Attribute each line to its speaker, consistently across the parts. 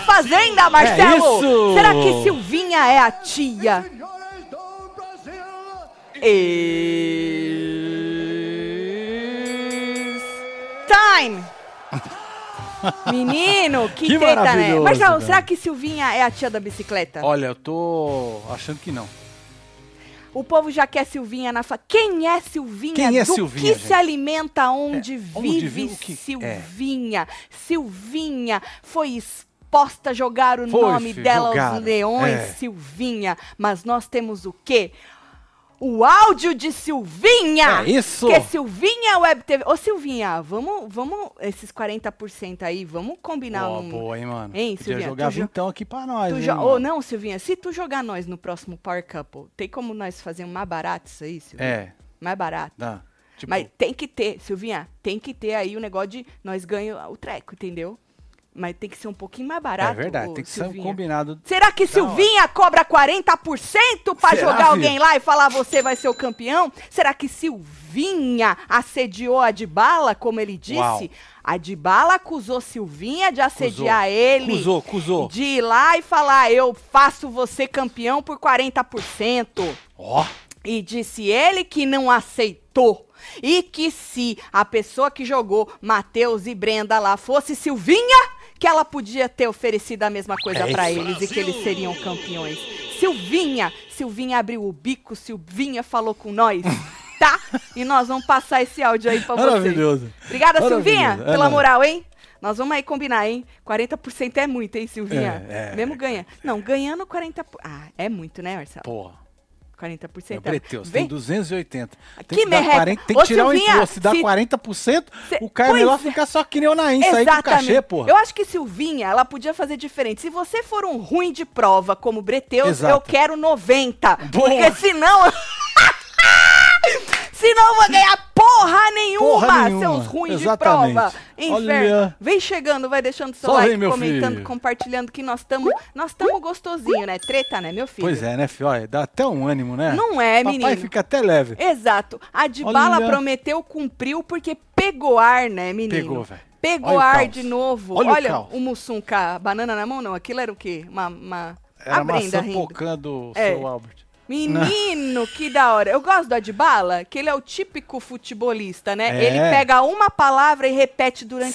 Speaker 1: Fazenda, Marcelo!
Speaker 2: É isso!
Speaker 1: Será que Silvinha é a tia? Is time! Menino, que,
Speaker 2: Que
Speaker 1: treta, né?
Speaker 2: maravilhoso,
Speaker 1: Marcelo,
Speaker 2: cara.
Speaker 1: será que Silvinha é a tia da bicicleta?
Speaker 2: Olha, eu tô achando que não.
Speaker 1: O povo já quer Silvinha na fa... Quem é Silvinha?
Speaker 2: Quem é
Speaker 1: Do
Speaker 2: Silvinha,
Speaker 1: que
Speaker 2: gente? É,
Speaker 1: se alimenta, onde
Speaker 2: onde
Speaker 1: vive
Speaker 2: vive, o que-
Speaker 1: Silvinha? Silvinha foi exposta a jogar o
Speaker 2: Foi,
Speaker 1: nome
Speaker 2: filho,
Speaker 1: dela
Speaker 2: jogaram.
Speaker 1: aos leões,
Speaker 2: É.
Speaker 1: Silvinha. Mas nós temos o quê? O áudio de Silvinha!
Speaker 2: É isso!
Speaker 1: Que Silvinha Web TV. Ô, Silvinha, vamos, vamos, esses 40% aí, vamos combinar
Speaker 2: Ó,
Speaker 1: num-
Speaker 2: boa, hein, mano.
Speaker 1: Hein,
Speaker 2: Podia
Speaker 1: Silvinha,
Speaker 2: jogar
Speaker 1: tu jo-
Speaker 2: vintão aqui pra nós,
Speaker 1: Tu
Speaker 2: hein,
Speaker 1: jo-
Speaker 2: mano.
Speaker 1: Ô, não, Silvinha, se tu jogar nós no próximo Power Couple, tem como nós fazer um mais barato isso aí, Silvinha?
Speaker 2: É,
Speaker 1: Mais barato.
Speaker 2: dá. Tipo,
Speaker 1: Mas tem que ter, Silvinha, tem que ter aí o negócio de nós ganhamos o treco, entendeu? Mas tem que ser um pouquinho mais barato.
Speaker 2: é verdade,
Speaker 1: ô,
Speaker 2: tem que ser um
Speaker 1: Silvinha.
Speaker 2: combinado.
Speaker 1: Será que Silvinha cobra 40% pra
Speaker 2: Será,
Speaker 1: jogar alguém
Speaker 2: filha?
Speaker 1: lá e falar você vai ser o campeão? Será que Silvinha assediou a Dibala, como ele disse?
Speaker 2: Uau.
Speaker 1: A Dibala acusou Silvinha de assediar ele.
Speaker 2: Cusou, cusou.
Speaker 1: De ir lá e falar, eu faço você campeão por 40%.
Speaker 2: Ó,
Speaker 1: E disse ele que não aceitou. E que se a pessoa que jogou Matheus e Brenda lá fosse Silvinha, que ela podia ter oferecido a mesma coisa
Speaker 2: É
Speaker 1: pra
Speaker 2: isso.
Speaker 1: eles e que eles seriam campeões. Silvinha, Silvinha abriu o bico, Silvinha falou com nós, tá? E nós vamos passar esse áudio aí pra vocês.
Speaker 2: maravilhoso.
Speaker 1: Obrigada,
Speaker 2: Maravilhoso.
Speaker 1: Silvinha,
Speaker 2: É
Speaker 1: pela
Speaker 2: nóis.
Speaker 1: moral, hein? Nós vamos aí combinar, hein? 40% é muito, hein, Silvinha?
Speaker 2: É, é.
Speaker 1: Mesmo ganha. Não, ganhando 40%. Ah, é muito, né, Marcelo?
Speaker 2: Porra.
Speaker 1: 40%.
Speaker 2: Meu Breteus,
Speaker 1: Vem-
Speaker 2: é tem 280.
Speaker 1: tá
Speaker 2: Tem
Speaker 1: Que
Speaker 2: que, dar
Speaker 1: merreca.
Speaker 2: 40, tem que
Speaker 1: Ô,
Speaker 2: tirar o
Speaker 1: Silvinha,
Speaker 2: imposto. Se dá
Speaker 1: se-
Speaker 2: 40%,
Speaker 1: Cê-
Speaker 2: o cara é melhor
Speaker 1: Pois é.
Speaker 2: ficar só que nem o Naim, sair com o cachê, porra.
Speaker 1: Eu acho que Silvinha, ela podia fazer diferente. Se você for um ruim de prova, como Breteus,
Speaker 2: Exato.
Speaker 1: eu quero 90.
Speaker 2: Boa.
Speaker 1: Porque senão. senão eu vou ganhar porra nenhuma,
Speaker 2: Porra nenhuma.
Speaker 1: seus ruins de
Speaker 2: Exatamente.
Speaker 1: prova. Inferno.
Speaker 2: Olha.
Speaker 1: Vem chegando, vai deixando seu
Speaker 2: Só
Speaker 1: like,
Speaker 2: vem, meu
Speaker 1: comentando,
Speaker 2: filho.
Speaker 1: compartilhando, que nós estamos nós tamo gostosinho, né? Treta, né, meu filho?
Speaker 2: Pois é, né, filho? Olha, dá até um ânimo, né?
Speaker 1: Não é,
Speaker 2: Papai
Speaker 1: menino.
Speaker 2: fica até leve.
Speaker 1: Exato. A Dibala
Speaker 2: Olha.
Speaker 1: prometeu, cumpriu, porque pegou ar, né, menino?
Speaker 2: Pegou, velho.
Speaker 1: Pegou
Speaker 2: Olha o
Speaker 1: ar
Speaker 2: caos.
Speaker 1: de novo.
Speaker 2: Olha
Speaker 1: Olha,
Speaker 2: o
Speaker 1: o,
Speaker 2: caos.
Speaker 1: Mussum com a banana na mão, não. Aquilo era o quê? Uma. uma...
Speaker 2: Era
Speaker 1: a
Speaker 2: a
Speaker 1: Brenda
Speaker 2: maçã
Speaker 1: rindo.
Speaker 2: pocã do
Speaker 1: É.
Speaker 2: seu Albert.
Speaker 1: Menino, que da hora. Eu gosto do Adbala, que ele é o típico futebolista, né?
Speaker 2: É.
Speaker 1: Ele pega uma palavra e repete durante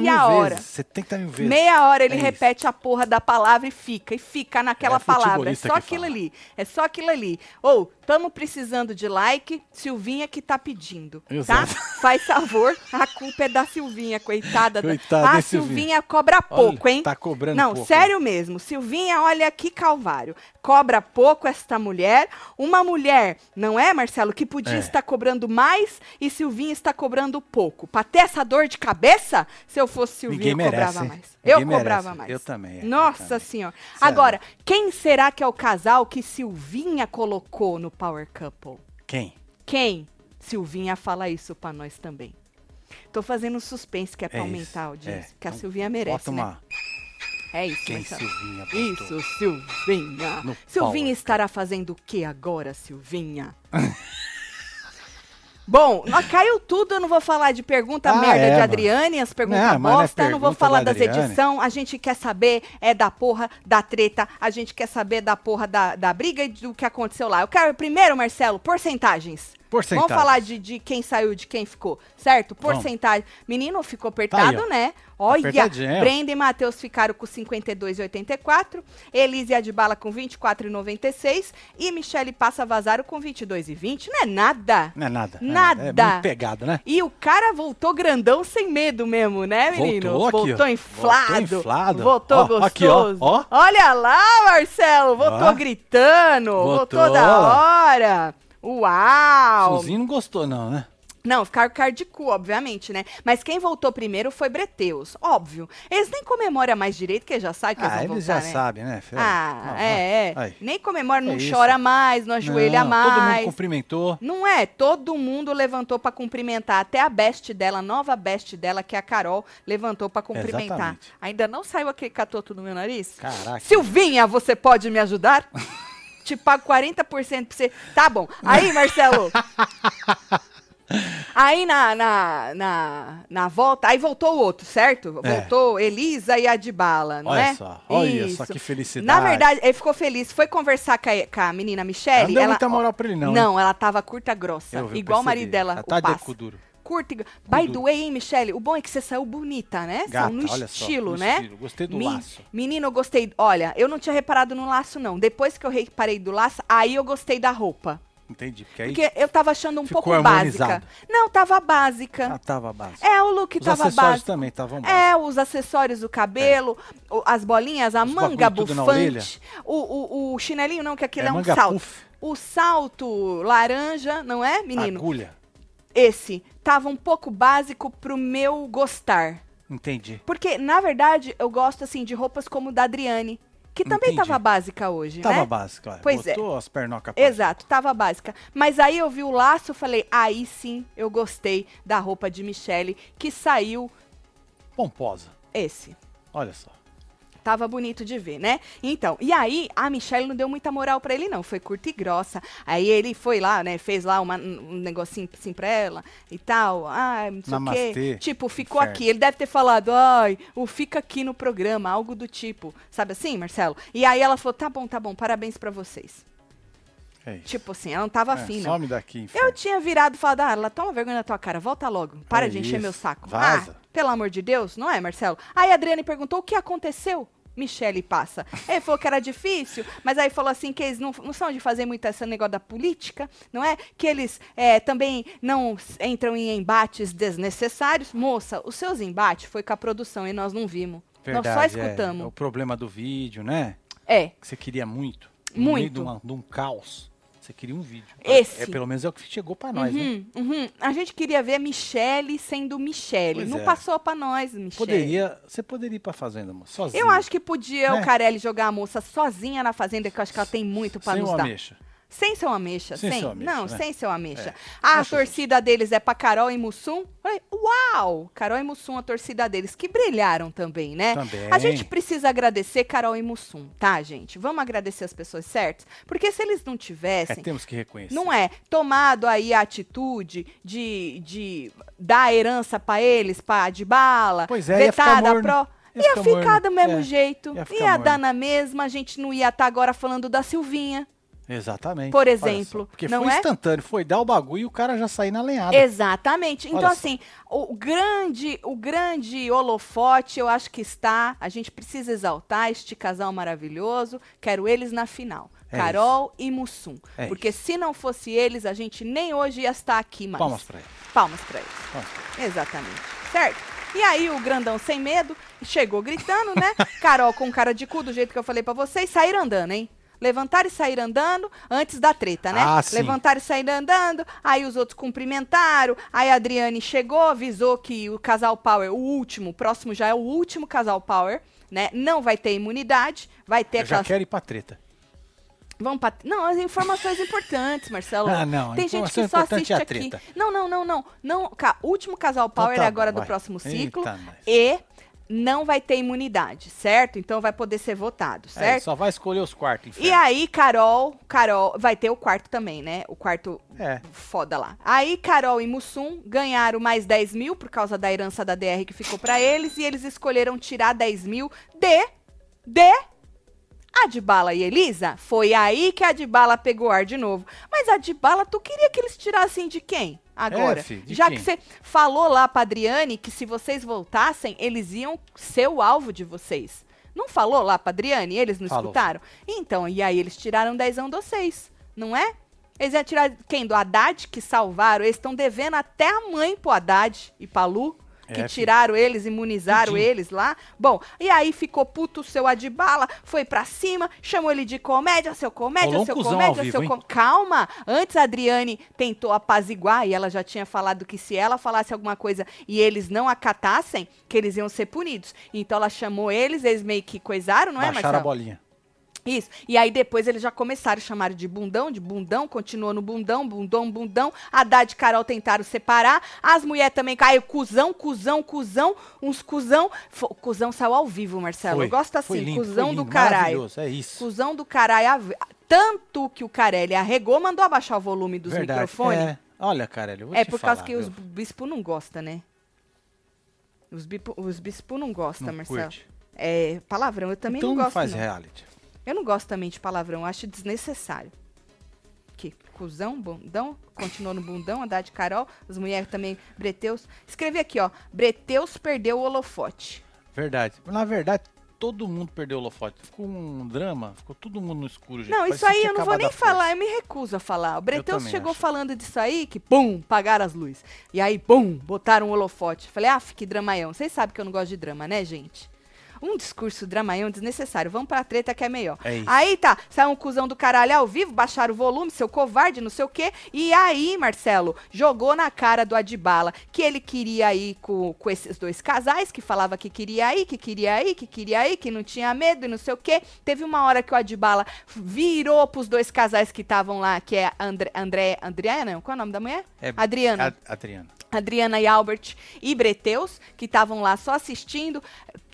Speaker 1: meia
Speaker 2: mil
Speaker 1: hora.
Speaker 2: vezes. 70 mil vezes.
Speaker 1: Meia hora ele
Speaker 2: É isso.
Speaker 1: repete a porra da palavra e fica, e fica naquela
Speaker 2: É
Speaker 1: palavra. É
Speaker 2: futebolista
Speaker 1: só
Speaker 2: que
Speaker 1: aquilo
Speaker 2: fala.
Speaker 1: ali. É só aquilo ali. Ou, tamo precisando de like, Silvinha que tá pedindo.
Speaker 2: Exato.
Speaker 1: Tá? Faz favor, a culpa é da Silvinha, coitada. da-
Speaker 2: Coitada,
Speaker 1: Ah,
Speaker 2: hein,
Speaker 1: Silvinha.
Speaker 2: Silvinha?
Speaker 1: cobra pouco,
Speaker 2: Olha,
Speaker 1: hein?
Speaker 2: Tá cobrando
Speaker 1: Não,
Speaker 2: pouco.
Speaker 1: sério mesmo. Silvinha, olha que calvário. Cobra pouco esta mulher. Uma mulher, não é, Marcelo, que podia
Speaker 2: É.
Speaker 1: estar cobrando mais e Silvinha está cobrando pouco. Pra ter essa dor de cabeça, se eu fosse Silvinha,
Speaker 2: Ninguém
Speaker 1: eu cobrava
Speaker 2: merece, hein?
Speaker 1: mais.
Speaker 2: Ninguém
Speaker 1: eu cobrava
Speaker 2: merece.
Speaker 1: mais.
Speaker 2: Eu também, é, eu
Speaker 1: Nossa
Speaker 2: também.
Speaker 1: senhora.
Speaker 2: Sério.
Speaker 1: Agora, quem será que é o casal que Silvinha colocou no Power Couple?
Speaker 2: Quem?
Speaker 1: Quem? Silvinha fala isso pra nós também. Tô fazendo um suspense que é pra
Speaker 2: É isso,
Speaker 1: aumentar a
Speaker 2: é.
Speaker 1: audiência, que a
Speaker 2: Então,
Speaker 1: Silvinha merece,
Speaker 2: Bota
Speaker 1: né?
Speaker 2: uma.
Speaker 1: É isso,
Speaker 2: Quem
Speaker 1: Marcelo.
Speaker 2: Silvinha botou?
Speaker 1: Isso, Silvinha.
Speaker 2: No
Speaker 1: Silvinha
Speaker 2: pau.
Speaker 1: estará fazendo o que agora, Silvinha? Bom, ó, caiu tudo, eu não vou falar de pergunta
Speaker 2: Ah,
Speaker 1: merda
Speaker 2: é,
Speaker 1: de
Speaker 2: mano.
Speaker 1: Adriane, as perguntas
Speaker 2: Não, mas não é
Speaker 1: bosta, não vou
Speaker 2: pergunta
Speaker 1: falar
Speaker 2: da
Speaker 1: das
Speaker 2: Adriane.
Speaker 1: edições, a gente quer saber é da porra da treta, a gente quer saber da porra da, da briga e do que aconteceu lá. Eu quero primeiro, Marcelo, porcentagens.
Speaker 2: Porcentagens.
Speaker 1: Vamos falar de, de quem saiu de quem ficou, certo?
Speaker 2: Vamos. Tá
Speaker 1: Porcentagem. Menino, ficou apertado,
Speaker 2: ó.
Speaker 1: né? Olha,
Speaker 2: Apertadinho, é.
Speaker 1: Brenda e Matheus ficaram com 52,84, Elise e Adbala com 24,96 e Michele Passa Vazaro com 22,20. Não é nada.
Speaker 2: Não é nada. não é É
Speaker 1: Nada.
Speaker 2: muito pegado, né?
Speaker 1: E o cara voltou grandão sem medo mesmo, né, menino?
Speaker 2: Voltou aqui, ó. Voltou
Speaker 1: inflado.
Speaker 2: inflado.
Speaker 1: Voltou
Speaker 2: Ó,
Speaker 1: gostoso.
Speaker 2: aqui, ó, ó.
Speaker 1: Olha lá, Marcelo. Voltou
Speaker 2: Ó.
Speaker 1: gritando. Voltou.
Speaker 2: Voltou.
Speaker 1: da hora. Uau!
Speaker 2: Suzinho não gostou, não, né?
Speaker 1: Não, ficaram com cara de cu, obviamente, né? Mas quem voltou primeiro foi Breteus, óbvio. Eles nem comemoram mais direito, que já sabe que eles
Speaker 2: ah,
Speaker 1: vão
Speaker 2: eles
Speaker 1: voltar,
Speaker 2: já
Speaker 1: né?
Speaker 2: sabem, né, filho?
Speaker 1: Ah,
Speaker 2: Não,
Speaker 1: é, é.
Speaker 2: não. Aí.
Speaker 1: Nem comemora, não
Speaker 2: É isso.
Speaker 1: chora mais, não ajoelha
Speaker 2: Não, Todo mundo
Speaker 1: mais.
Speaker 2: cumprimentou.
Speaker 1: Não é, todo mundo levantou pra cumprimentar, até a best dela, a nova best dela, que é a Carol, levantou pra cumprimentar.
Speaker 2: Exatamente.
Speaker 1: Ainda não saiu aquele catoto no meu nariz?
Speaker 2: Caraca.
Speaker 1: Silvinha, você pode me ajudar? Te pago 40% pra você. Tá bom. Aí, Marcelo. Aí na, na, na, na volta, aí voltou o outro, certo?
Speaker 2: É.
Speaker 1: Voltou Elisa e Adibala, não
Speaker 2: Olha
Speaker 1: é?
Speaker 2: só, olha só que felicidade.
Speaker 1: Na verdade, ele ficou feliz. Foi conversar com a, com a menina
Speaker 2: ela
Speaker 1: Michelle.
Speaker 2: não deu muita moral pra ele, não. hein?
Speaker 1: Não, ela tava curta grossa,
Speaker 2: Eu vi,
Speaker 1: igual o
Speaker 2: percebi.
Speaker 1: marido dela,
Speaker 2: Ela
Speaker 1: o
Speaker 2: tá de
Speaker 1: Passa.
Speaker 2: cu duro.
Speaker 1: Curta e gro- By the way, hein, Michelle? O bom é que você saiu bonita, né?
Speaker 2: Gata,
Speaker 1: Saiu no
Speaker 2: olha só,
Speaker 1: estilo,
Speaker 2: no
Speaker 1: né?
Speaker 2: estilo. Gostei do
Speaker 1: Me-
Speaker 2: laço.
Speaker 1: Menino, eu gostei. Olha, eu não tinha reparado no laço, não. Depois que eu reparei do laço, aí eu gostei da roupa.
Speaker 2: Entendi, porque aí
Speaker 1: Porque eu tava achando um
Speaker 2: Ficou
Speaker 1: pouco básica.
Speaker 2: harmonizado.
Speaker 1: Não, tava básica.
Speaker 2: ela tava básica.
Speaker 1: É, o look
Speaker 2: Os
Speaker 1: tava
Speaker 2: acessórios
Speaker 1: básico.
Speaker 2: também estavam básicos.
Speaker 1: É, os acessórios, o cabelo, o- as bolinhas, a
Speaker 2: Os
Speaker 1: manga
Speaker 2: bagulho tudo na orelha.
Speaker 1: bufante, o, o, o chinelinho, não, que aquilo é,
Speaker 2: É,
Speaker 1: um
Speaker 2: manga
Speaker 1: salto.
Speaker 2: puff.
Speaker 1: O salto laranja, não é, menino?
Speaker 2: Agulha.
Speaker 1: Esse tava um pouco básico pro meu gostar.
Speaker 2: Entendi.
Speaker 1: Porque, na verdade, eu gosto, assim, de roupas como da Adriane, que também
Speaker 2: Entendi.
Speaker 1: tava básica hoje,
Speaker 2: Tava
Speaker 1: né?
Speaker 2: básica, olha.
Speaker 1: Pois é.
Speaker 2: Botou as pernocas pra-
Speaker 1: Exato, tava básica. Mas aí eu vi o laço, falei, aí sim eu gostei da roupa de Michelle, que saiu
Speaker 2: pomposa.
Speaker 1: esse.
Speaker 2: Olha só.
Speaker 1: Tava bonito de ver, né? Então, e aí a Michelle não deu muita moral pra ele, não. Foi curta e grossa. Aí ele foi lá, né? Fez lá uma- um negocinho assim pra ela e tal. Ai, não sei o quê.
Speaker 2: Namastê,
Speaker 1: Tipo, ficou
Speaker 2: inferno.
Speaker 1: aqui. Ele deve ter falado, ai, o fica aqui no programa, algo do tipo. Sabe assim, Marcelo? E aí ela falou, tá bom, tá bom, parabéns pra vocês.
Speaker 2: É isso.
Speaker 1: Tipo assim, ela não tava
Speaker 2: é,
Speaker 1: afim, não.
Speaker 2: some daqui, inferno.
Speaker 1: Eu tinha virado e falado, ah, ela toma vergonha na tua cara, volta logo. Para
Speaker 2: É
Speaker 1: de encher
Speaker 2: isso,
Speaker 1: meu saco.
Speaker 2: vaza.
Speaker 1: Ah, pelo amor de Deus, não é, Marcelo? Aí a Adriane perguntou o que aconteceu. Michele passa. Ele falou que era difícil, mas aí falou assim que eles não, não são de fazer muito esse negócio da política, não é? Que eles é, também não s- entram em embates desnecessários. Moça, os seus embates foi com a produção e nós não vimos. nós só
Speaker 2: Verdade, é. É
Speaker 1: escutamos.
Speaker 2: o problema do vídeo, né?
Speaker 1: É.
Speaker 2: Que você queria muito. No
Speaker 1: Muito.
Speaker 2: meio de, uma- de um caos. Você queria um vídeo.
Speaker 1: Esse.
Speaker 2: É, pelo menos é o que chegou pra nós, né?
Speaker 1: Uhum, uhum. A gente queria ver Michele sendo Michele.
Speaker 2: Pois
Speaker 1: não
Speaker 2: é.
Speaker 1: passou pra nós, Michele.
Speaker 2: Poderia. Você poderia ir pra fazenda, moço, sozinho.
Speaker 1: Eu acho que podia o
Speaker 2: Né?
Speaker 1: Carelli jogar a moça sozinha na fazenda, que eu acho que ela tem muito pra
Speaker 2: Sem
Speaker 1: nos
Speaker 2: o
Speaker 1: dar.
Speaker 2: ameixa.
Speaker 1: Sem seu ameixa, sem.
Speaker 2: Sem seu ameixa,
Speaker 1: não,
Speaker 2: né?
Speaker 1: sem seu ameixa.
Speaker 2: É.
Speaker 1: Ah, a
Speaker 2: Acho
Speaker 1: torcida deles é pra Carol e Mussum. Falei, Uau! Carol e Mussum, a torcida deles, que brilharam também, né?
Speaker 2: Também.
Speaker 1: A gente precisa agradecer Carol e Mussum, tá, gente? Vamos agradecer as pessoas certas? Porque se eles não
Speaker 2: É,
Speaker 1: tivessem,
Speaker 2: temos que
Speaker 1: assim,
Speaker 2: reconhecer.
Speaker 1: não é tomado aí a atitude de, de dar herança pra eles, pra de bala,
Speaker 2: Pois é, ia ficar
Speaker 1: vetada a
Speaker 2: morno.
Speaker 1: pro. Ia,
Speaker 2: Ia
Speaker 1: ficar,
Speaker 2: ficar morno.
Speaker 1: do mesmo
Speaker 2: É,
Speaker 1: jeito.
Speaker 2: ia
Speaker 1: Ia,
Speaker 2: ficar
Speaker 1: dar
Speaker 2: morno.
Speaker 1: na mesma, a gente não ia estar agora falando da Silvinha.
Speaker 2: Exatamente.
Speaker 1: Por
Speaker 2: Olha só,
Speaker 1: exemplo,
Speaker 2: Porque
Speaker 1: não
Speaker 2: foi
Speaker 1: é?
Speaker 2: instantâneo. Foi dar o bagulho e o cara já saiu na lenhada.
Speaker 1: Exatamente. Então,
Speaker 2: Olha só.
Speaker 1: assim, o grande, o grande holofote, eu acho que está. A gente precisa exaltar este casal maravilhoso. Quero eles na final.
Speaker 2: É
Speaker 1: Carol e Mussum.
Speaker 2: É
Speaker 1: Porque se não fosse eles, a gente nem hoje ia estar aqui mais.
Speaker 2: Palmas pra ele.
Speaker 1: Palmas pra eles.
Speaker 2: Palmas pra ele.
Speaker 1: Exatamente. Certo? E aí o grandão sem medo chegou gritando, né? Carol com cara de cu, do jeito que eu falei pra vocês, saíram andando, hein? Levantaram e saíram andando antes da treta, né?
Speaker 2: Ah, sim.
Speaker 1: Levantaram e saíram andando, aí os outros cumprimentaram, aí a Adriane chegou, avisou que o casal Power, o último, o próximo já é o último casal Power, né? Não vai ter imunidade, vai ter
Speaker 2: Eu já
Speaker 1: aquelas
Speaker 2: quero ir pra treta.
Speaker 1: Vamos pra... Não, as informações importantes, Marcelo.
Speaker 2: Ah, não, a
Speaker 1: Tem gente
Speaker 2: informação
Speaker 1: que só assiste
Speaker 2: importante é a
Speaker 1: aqui.
Speaker 2: treta.
Speaker 1: Não, não, não, não. não ca... Último casal
Speaker 2: Então
Speaker 1: Power
Speaker 2: tá
Speaker 1: é agora
Speaker 2: bom,
Speaker 1: do
Speaker 2: vai.
Speaker 1: próximo
Speaker 2: Eita,
Speaker 1: ciclo.
Speaker 2: nós.
Speaker 1: E não vai ter imunidade, certo? Então vai poder ser votado,
Speaker 2: É,
Speaker 1: certo?
Speaker 2: só vai escolher os quartos,
Speaker 1: e
Speaker 2: inferno.
Speaker 1: aí, Carol, Carol, vai ter o quarto também, né? O quarto
Speaker 2: É.
Speaker 1: foda lá. Aí, Carol e Mussum ganharam mais 10 mil por causa da herança da DR que ficou pra eles. E eles escolheram tirar 10 mil de. de. Adbala e Elisa. Foi aí que a Adbala pegou ar de novo. Mas a Adbala, tu queria que eles tirassem de quem? Agora.
Speaker 2: É, fi, de
Speaker 1: já
Speaker 2: quem?
Speaker 1: que você falou lá pra Adriane que se vocês voltassem, eles iam ser o alvo de vocês. Não falou lá pra Adriane? Eles não
Speaker 2: Falou.
Speaker 1: escutaram? Então, e aí eles tiraram dezão de vocês, não é? Eles iam tirar quem? Do Haddad, que salvaram. Eles estão devendo até a mãe pro Haddad e pra Lu,
Speaker 2: É,
Speaker 1: que
Speaker 2: filho.
Speaker 1: tiraram eles, imunizaram
Speaker 2: Tudinho.
Speaker 1: eles lá. Bom, e aí ficou puto o seu Adibala, foi pra cima, chamou ele de comédia, seu comédia,
Speaker 2: Rolou um
Speaker 1: seu
Speaker 2: cuzão
Speaker 1: comédia,
Speaker 2: ao vivo,
Speaker 1: seu
Speaker 2: hein?
Speaker 1: com- Calma! Antes a Adriane tentou apaziguar e ela já tinha falado que se ela falasse alguma coisa e eles não acatassem, que eles iam ser punidos. Então ela chamou eles, eles meio que coisaram, não é,
Speaker 2: Baixaram a
Speaker 1: Marcelo?
Speaker 2: bolinha.
Speaker 1: Isso. E aí depois eles já começaram a chamar de bundão, de bundão, continuou no bundão, bundão, bundão. Haddad e Carol tentaram separar. As mulheres também caiu cuzão, cuzão, cuzão, uns cuzão. Fo- cuzão saiu ao vivo, Marcelo.
Speaker 2: Foi,
Speaker 1: Eu gosto
Speaker 2: foi
Speaker 1: assim,
Speaker 2: lindo,
Speaker 1: cuzão
Speaker 2: foi lindo,
Speaker 1: do caralho.
Speaker 2: maravilhoso, É isso.
Speaker 1: Cusão do caralho. a- Tanto que o Carelli arregou, mandou abaixar o volume dos
Speaker 2: Verdade.
Speaker 1: microfones.
Speaker 2: É. Olha, cara, eu vou
Speaker 1: É
Speaker 2: te
Speaker 1: por
Speaker 2: falar,
Speaker 1: causa que os
Speaker 2: viu?
Speaker 1: bispos não gostam, né? Os, bipo- os bispos não gostam,
Speaker 2: não
Speaker 1: Marcelo.
Speaker 2: curte.
Speaker 1: É, palavrão, eu também
Speaker 2: então
Speaker 1: não gosto.
Speaker 2: faz
Speaker 1: não.
Speaker 2: reality.
Speaker 1: Eu não gosto também de palavrão, eu acho desnecessário. Que cuzão, bundão, continuou no bundão, Haddad Carol, as mulheres também, Breteus. Escrevi aqui, ó, Breteus perdeu o holofote.
Speaker 2: Verdade. Na verdade, todo mundo perdeu o holofote. Ficou um drama, ficou todo mundo no escuro, gente.
Speaker 1: não,
Speaker 2: Parecia
Speaker 1: isso
Speaker 2: que
Speaker 1: aí
Speaker 2: tinha
Speaker 1: eu não vou
Speaker 2: acabado
Speaker 1: nem
Speaker 2: a força.
Speaker 1: falar, eu me recuso a falar. O Breteus
Speaker 2: também
Speaker 1: chegou
Speaker 2: acho.
Speaker 1: falando disso aí, que pum, pagaram as luzes. E aí, pum, botaram o holofote. Falei, af, que dramaião. Vocês sabem que eu não gosto de drama, né, gente? Um discurso dramaião desnecessário. Vamos pra treta que é melhor.
Speaker 2: É isso.
Speaker 1: Aí tá, saiu um cuzão do caralho ao vivo, baixaram o volume, seu covarde, não sei o quê. E aí, Marcelo, jogou na cara do Adibala que ele queria ir com, com esses dois casais, que falava que queria ir, que queria ir, que queria ir, que não tinha medo e não sei o quê. Teve uma hora que o Adibala virou pros dois casais que estavam lá, que é André, André, Andréa, não? Qual é o nome da mulher?
Speaker 2: É,
Speaker 1: Adriana.
Speaker 2: A- Adriana.
Speaker 1: Adriana e Albert e Breteus, que estavam lá só assistindo,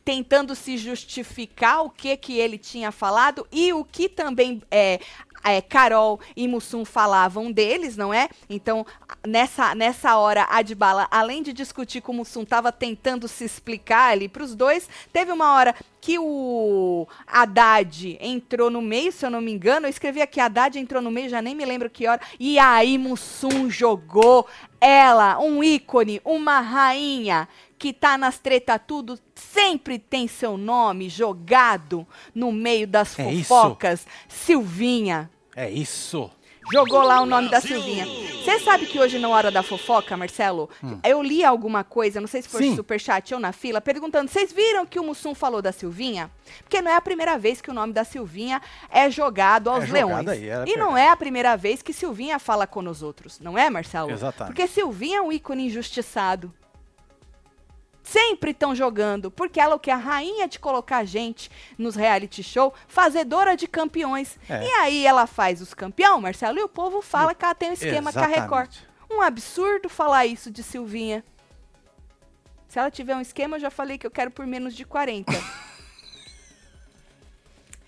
Speaker 1: tentando se justificar o que que ele tinha falado e o que também é, é, Carol e Mussum falavam deles, não é? Então, nessa, nessa hora, a Adbala, além de discutir com o Mussum, estava tentando se explicar ali para os dois. Teve uma hora que o Haddad entrou no meio, se eu não me engano, eu escrevi aqui, Haddad entrou no meio, já nem me lembro que hora, e aí Mussum jogou ela, um ícone, uma rainha que tá nas treta tudo, sempre tem seu nome jogado no meio das
Speaker 2: É isso.
Speaker 1: fofocas. Silvinha.
Speaker 2: É isso.
Speaker 1: Jogou lá o nome da Silvinha. Você sabe que hoje na hora da fofoca, Marcelo, eu li alguma coisa, não sei se foi
Speaker 2: Hum. Sim.
Speaker 1: superchat ou na fila, perguntando: vocês viram que o Mussum falou da Silvinha? Porque não é a primeira vez que o nome da Silvinha é jogado aos
Speaker 2: jogado
Speaker 1: leões.
Speaker 2: aí, era
Speaker 1: e não
Speaker 2: verdade.
Speaker 1: é a primeira vez que Silvinha fala com os outros, não é, Marcelo?
Speaker 2: Exatamente.
Speaker 1: Porque Silvinha é um ícone injustiçado. Sempre estão jogando, porque ela é o que? A rainha de colocar gente nos reality show, fazedora de campeões.
Speaker 2: É.
Speaker 1: E aí ela faz os campeão, Marcelo, e o povo fala que ela tem um esquema com a Record.
Speaker 2: Exatamente.
Speaker 1: Um absurdo falar isso de Silvinha. Se ela tiver um esquema, eu já falei que eu quero por menos de 40.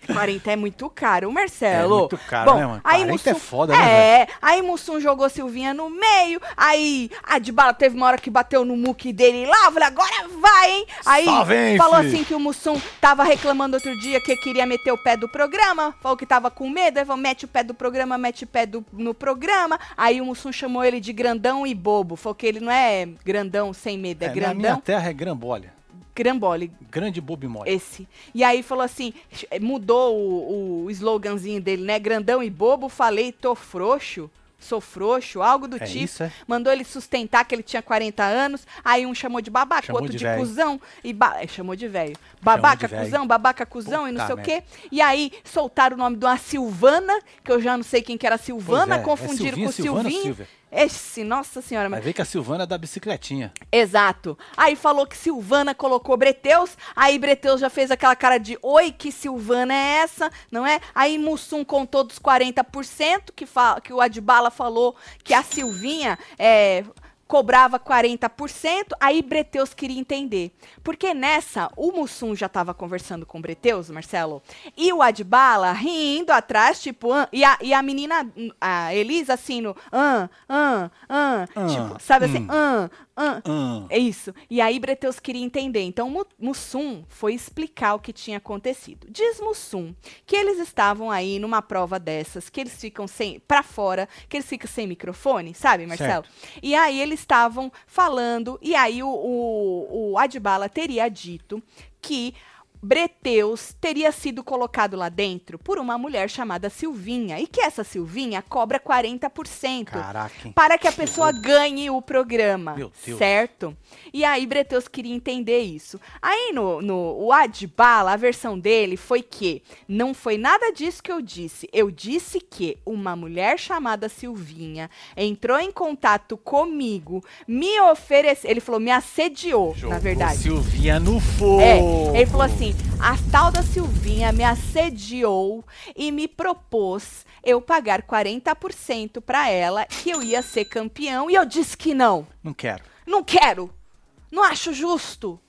Speaker 1: 40 é muito caro, Marcelo.
Speaker 2: É muito caro,
Speaker 1: Bom,
Speaker 2: né, mano?
Speaker 1: Aí
Speaker 2: 40 é
Speaker 1: Mussum-
Speaker 2: foda, né, velho?
Speaker 1: É, aí Mussum jogou Silvinha no meio, aí a Dibala teve uma hora que bateu no muque dele lá, eu falei, agora vai, hein? Aí
Speaker 2: Só vem,
Speaker 1: falou
Speaker 2: fi.
Speaker 1: assim que o Mussum tava reclamando outro dia que queria meter o pé do programa, falou que tava com medo, aí falou, mete o pé do programa, mete o pé do- no programa, aí o Mussum chamou ele de grandão e bobo, falou que ele não é grandão sem medo, é,
Speaker 2: na minha
Speaker 1: grandão,
Speaker 2: terra é grambolha.
Speaker 1: grambole,
Speaker 2: Grande bobo e mole.
Speaker 1: esse. E aí falou assim, mudou o, o sloganzinho dele, né? Grandão e bobo, falei, tô frouxo, sou frouxo, algo do
Speaker 2: É
Speaker 1: tipo.
Speaker 2: isso, é?
Speaker 1: Mandou ele sustentar que ele tinha 40 anos, aí um chamou de babaca,
Speaker 2: Chamou
Speaker 1: outro
Speaker 2: de
Speaker 1: de,
Speaker 2: véio.
Speaker 1: cuzão, e ba- é, chamou de velho. Babaca,
Speaker 2: de véio.
Speaker 1: cuzão, babaca, cuzão e não
Speaker 2: Puta
Speaker 1: sei o quê. E aí soltaram o nome de uma Silvana, que eu já não sei quem que era a
Speaker 2: Pois
Speaker 1: Silvana,
Speaker 2: é, é
Speaker 1: confundiram
Speaker 2: Silvinha,
Speaker 1: com o
Speaker 2: Silvana,
Speaker 1: Silvinho.
Speaker 2: Silvia.
Speaker 1: Esse, nossa senhora, mas
Speaker 2: Vai ver que a Silvana é da bicicletinha.
Speaker 1: Exato. Aí falou que Silvana colocou Breteus, aí Breteus já fez aquela cara de oi, que Silvana é essa, não é? Aí Mussum contou dos 40% que, fa- que o Adbala falou que a Silvinha é, cobrava 40%, aí Breteus queria entender. Porque nessa, o Mussum já tava conversando com o Breteus, Marcelo, e o Adbala rindo atrás, tipo, "Ah", e, a, e a menina, a Elisa, assim, no, ah, ah, ah,
Speaker 2: Ah,
Speaker 1: tipo, sabe assim,
Speaker 2: hum.
Speaker 1: ah, ah,
Speaker 2: Hum.
Speaker 1: é isso. E aí Breteus queria entender. Então Mu- Mussum foi explicar o que tinha acontecido. Diz Mussum que eles estavam aí numa prova dessas, que eles ficam sem para fora, que eles ficam sem microfone, sabe, Marcelo? E aí eles estavam falando e aí o, o, o Adbala teria dito que Breteus teria sido colocado lá dentro por uma mulher chamada Silvinha e que essa Silvinha cobra 40%
Speaker 2: Caraca, hein?
Speaker 1: para que a pessoa ganhe o programa,
Speaker 2: Meu Deus.
Speaker 1: certo? E aí Breteus queria entender isso. Aí no, no o Adbala, a versão dele foi que não foi nada disso que eu disse. Eu disse que uma mulher chamada Silvinha entrou em contato comigo, me ofereceu, ele falou, me assediou, na verdade.
Speaker 2: Silvinha no fogo.
Speaker 1: É, ele falou assim: a tal da Silvinha me assediou e me propôs eu pagar 40% pra ela que eu ia ser campeão e eu disse que não.
Speaker 2: Não quero.
Speaker 1: Não quero. Não acho justo.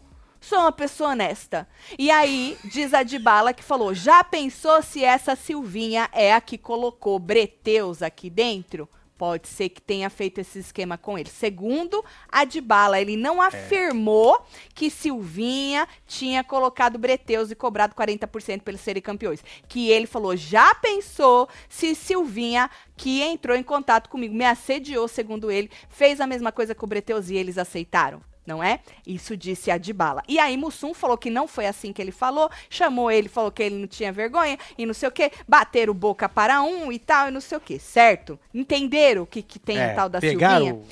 Speaker 1: Sou uma pessoa honesta. E aí, diz a Dibala que falou: já pensou se essa Silvinha é a que colocou Breteus aqui dentro? Pode ser que tenha feito esse esquema com ele. Segundo a Dibala, ele não afirmou que Silvinha tinha colocado Breteus e cobrado 40% para eles serem campeões. Que ele falou, já pensou se Silvinha, que entrou em contato comigo, me assediou, segundo ele, fez a mesma coisa com o Breteus e eles aceitaram? Não é? Isso disse a Dibala. E aí Mussum falou que não foi assim que ele falou, chamou ele, falou que ele não tinha vergonha e não sei o quê, bateram boca para um e tal, e não sei o quê, certo? Entenderam o que, que tem
Speaker 2: É,
Speaker 1: em tal da
Speaker 2: pegaram
Speaker 1: Silvinha?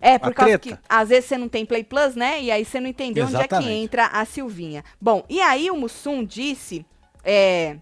Speaker 1: É, por
Speaker 2: A
Speaker 1: causa
Speaker 2: treta.
Speaker 1: que às vezes você não tem Play Plus, né? E aí você não entendeu onde é que
Speaker 2: Exatamente.
Speaker 1: entra a Silvinha. Bom, e aí o Mussum disse. É,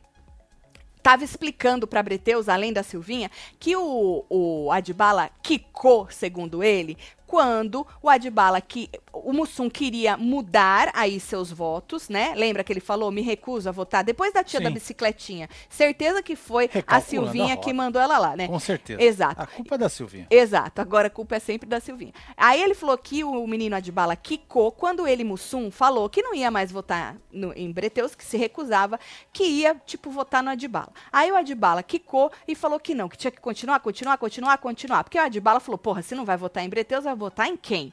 Speaker 1: tava explicando pra Breteus, além da Silvinha, que o, o Adbala quicou, segundo ele, quando o Adbala, que o Mussum queria mudar aí seus votos, né? Lembra que ele falou, me recuso a votar, depois da tia
Speaker 2: Sim.
Speaker 1: da bicicletinha. Certeza que foi a
Speaker 2: Recalculando
Speaker 1: Silvinha
Speaker 2: a
Speaker 1: que
Speaker 2: roda.
Speaker 1: mandou ela lá, né?
Speaker 2: Com certeza.
Speaker 1: Exato.
Speaker 2: A culpa é da Silvinha.
Speaker 1: Exato, agora a culpa é sempre da Silvinha. Aí ele falou que o menino Adbala quicou quando ele, Mussum, falou que não ia mais votar no- em Breteus, que se recusava, que ia, tipo, votar no Adbala. Aí o Adbala quicou e falou que não, que tinha que continuar, continuar, continuar, continuar. Porque o Adbala falou, porra, se não vai votar em Breteus, vai votar em quem?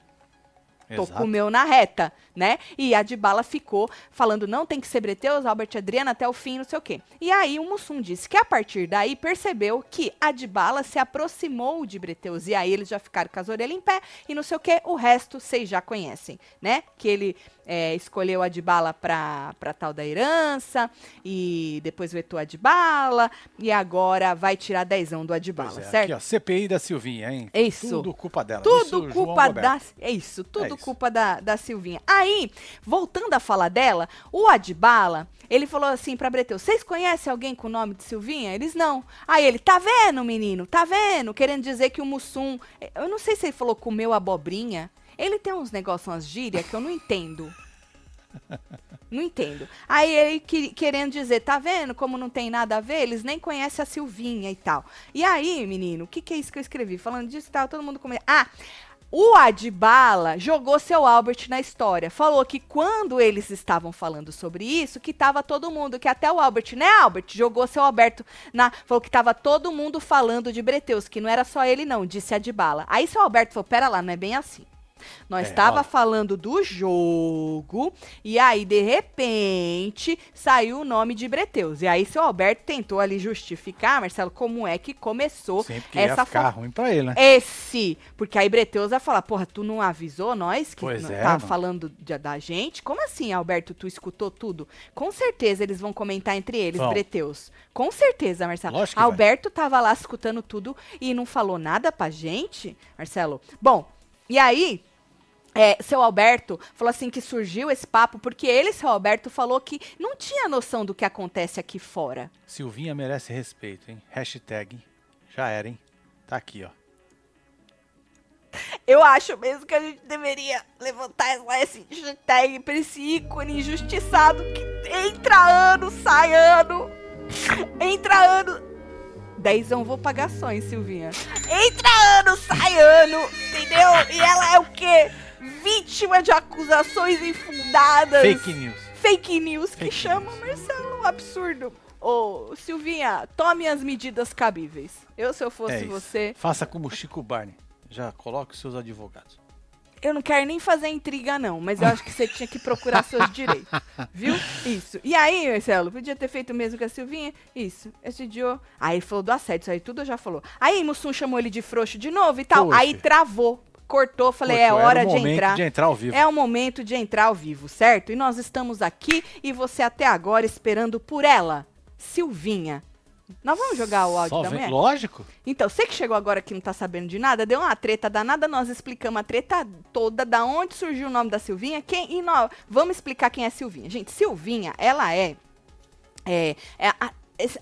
Speaker 1: Tô com o meu na reta, né? E a Dibala ficou falando, não tem que ser Breteus, Albert e Adriana até o fim, não sei o quê. E aí o Mussum disse que a partir daí percebeu que a Dibala se aproximou de Breteus. E aí eles já ficaram com as orelhas em pé e não sei o quê. O resto vocês já conhecem, né? Que ele é, escolheu a Dibala pra, pra tal da herança e depois vetou a Dibala e agora vai tirar dezão do Adibala,
Speaker 2: Pois é,
Speaker 1: certo?
Speaker 2: Aqui, ó, CPI da Silvinha, hein?
Speaker 1: É isso.
Speaker 2: Tudo culpa dela.
Speaker 1: Tudo
Speaker 2: Isso, João
Speaker 1: culpa
Speaker 2: Roberto.
Speaker 1: da. É isso, tudo
Speaker 2: É isso.
Speaker 1: culpa da, da Silvinha. Aí, voltando a falar dela, o Adbala, ele falou assim pra Breteu: vocês conhecem alguém com o nome de Silvinha? Eles não. Aí ele, tá vendo, menino? Tá vendo? Querendo dizer que o Mussum. eh, Eu não sei se ele falou comeu abobrinha. Ele tem uns negócios, umas gírias que eu não entendo. Não entendo. Aí ele que- querendo dizer, tá vendo como não tem nada a ver? Eles nem conhecem a Silvinha e tal. E aí, menino, o que, que é isso que eu escrevi? Falando disso, tava todo mundo comendo. Ah, o Adibala jogou seu Albert na história. Falou que quando eles estavam falando sobre isso, que tava todo mundo, que até o Albert, né, Albert? Jogou seu Alberto na. Falou que tava todo mundo falando de Breteus, que não era só ele, não, disse Adibala. Aí seu Alberto falou: pera lá, não é bem assim. Nós
Speaker 2: É,
Speaker 1: tava
Speaker 2: ó.
Speaker 1: falando do jogo e aí de repente saiu o nome de Breteus. E aí seu Alberto tentou ali justificar, Marcelo, como é que começou
Speaker 2: Sim, porque
Speaker 1: essa É,
Speaker 2: ia ficar
Speaker 1: fofoca.
Speaker 2: ruim pra ele, né?
Speaker 1: Esse, porque aí Breteus vai falar, porra, tu não avisou nós que
Speaker 2: Pois
Speaker 1: não
Speaker 2: é,
Speaker 1: tá
Speaker 2: mano.
Speaker 1: falando de- da gente? Como assim, Alberto, tu escutou tudo? Com certeza eles vão comentar entre eles,
Speaker 2: Vão.
Speaker 1: Breteus. Com certeza, Marcelo.
Speaker 2: Lógico que vai.
Speaker 1: Alberto tava lá escutando tudo e não falou nada pra gente, Marcelo? Bom, e aí... é, seu Alberto falou assim que surgiu esse papo porque ele, seu Alberto, falou que não tinha noção do que acontece aqui fora.
Speaker 2: Silvinha merece respeito, hein? Hashtag já era, hein? Tá aqui, ó.
Speaker 1: Eu acho mesmo que a gente deveria levantar essa- esse hashtag pra esse ícone injustiçado que entra ano, sai ano. Entra ano. Dezão vou pagar só, hein, Silvinha? Entra ano, sai ano, entendeu? E ela é o quê? Vítima de acusações infundadas.
Speaker 2: Fake news.
Speaker 1: Fake news que
Speaker 2: Fake
Speaker 1: chama Marcelo um absurdo. Ô, Silvinha, tome as medidas cabíveis. Eu, se eu fosse
Speaker 2: É isso.
Speaker 1: você,
Speaker 2: Faça como Chico Barney. Já coloque os seus advogados.
Speaker 1: Eu não quero nem fazer intriga, não, mas eu acho que você tinha que procurar seus direitos. Viu? Isso. E aí, Marcelo, podia ter feito o mesmo com a Silvinha? Isso. Assediou. Aí ele falou do assédio, isso aí tudo já falou. Aí Mussum chamou ele de frouxo de novo e tal.
Speaker 2: Poxa.
Speaker 1: Aí travou. Cortou, falei,
Speaker 2: Curtiu,
Speaker 1: é
Speaker 2: era o
Speaker 1: hora de
Speaker 2: momento
Speaker 1: entrar.
Speaker 2: de entrar ao vivo.
Speaker 1: É o momento de entrar ao vivo, certo? E nós estamos aqui e você até agora esperando por ela, Silvinha. Nós vamos jogar o áudio
Speaker 2: Só
Speaker 1: da
Speaker 2: vem-
Speaker 1: mulher?
Speaker 2: Lógico.
Speaker 1: Então, você que chegou agora que não tá sabendo de nada, deu uma treta danada, nós explicamos a treta toda, da onde surgiu o nome da Silvinha, quem e nós vamos explicar quem é Silvinha. Gente, Silvinha, ela é, é, é a- es-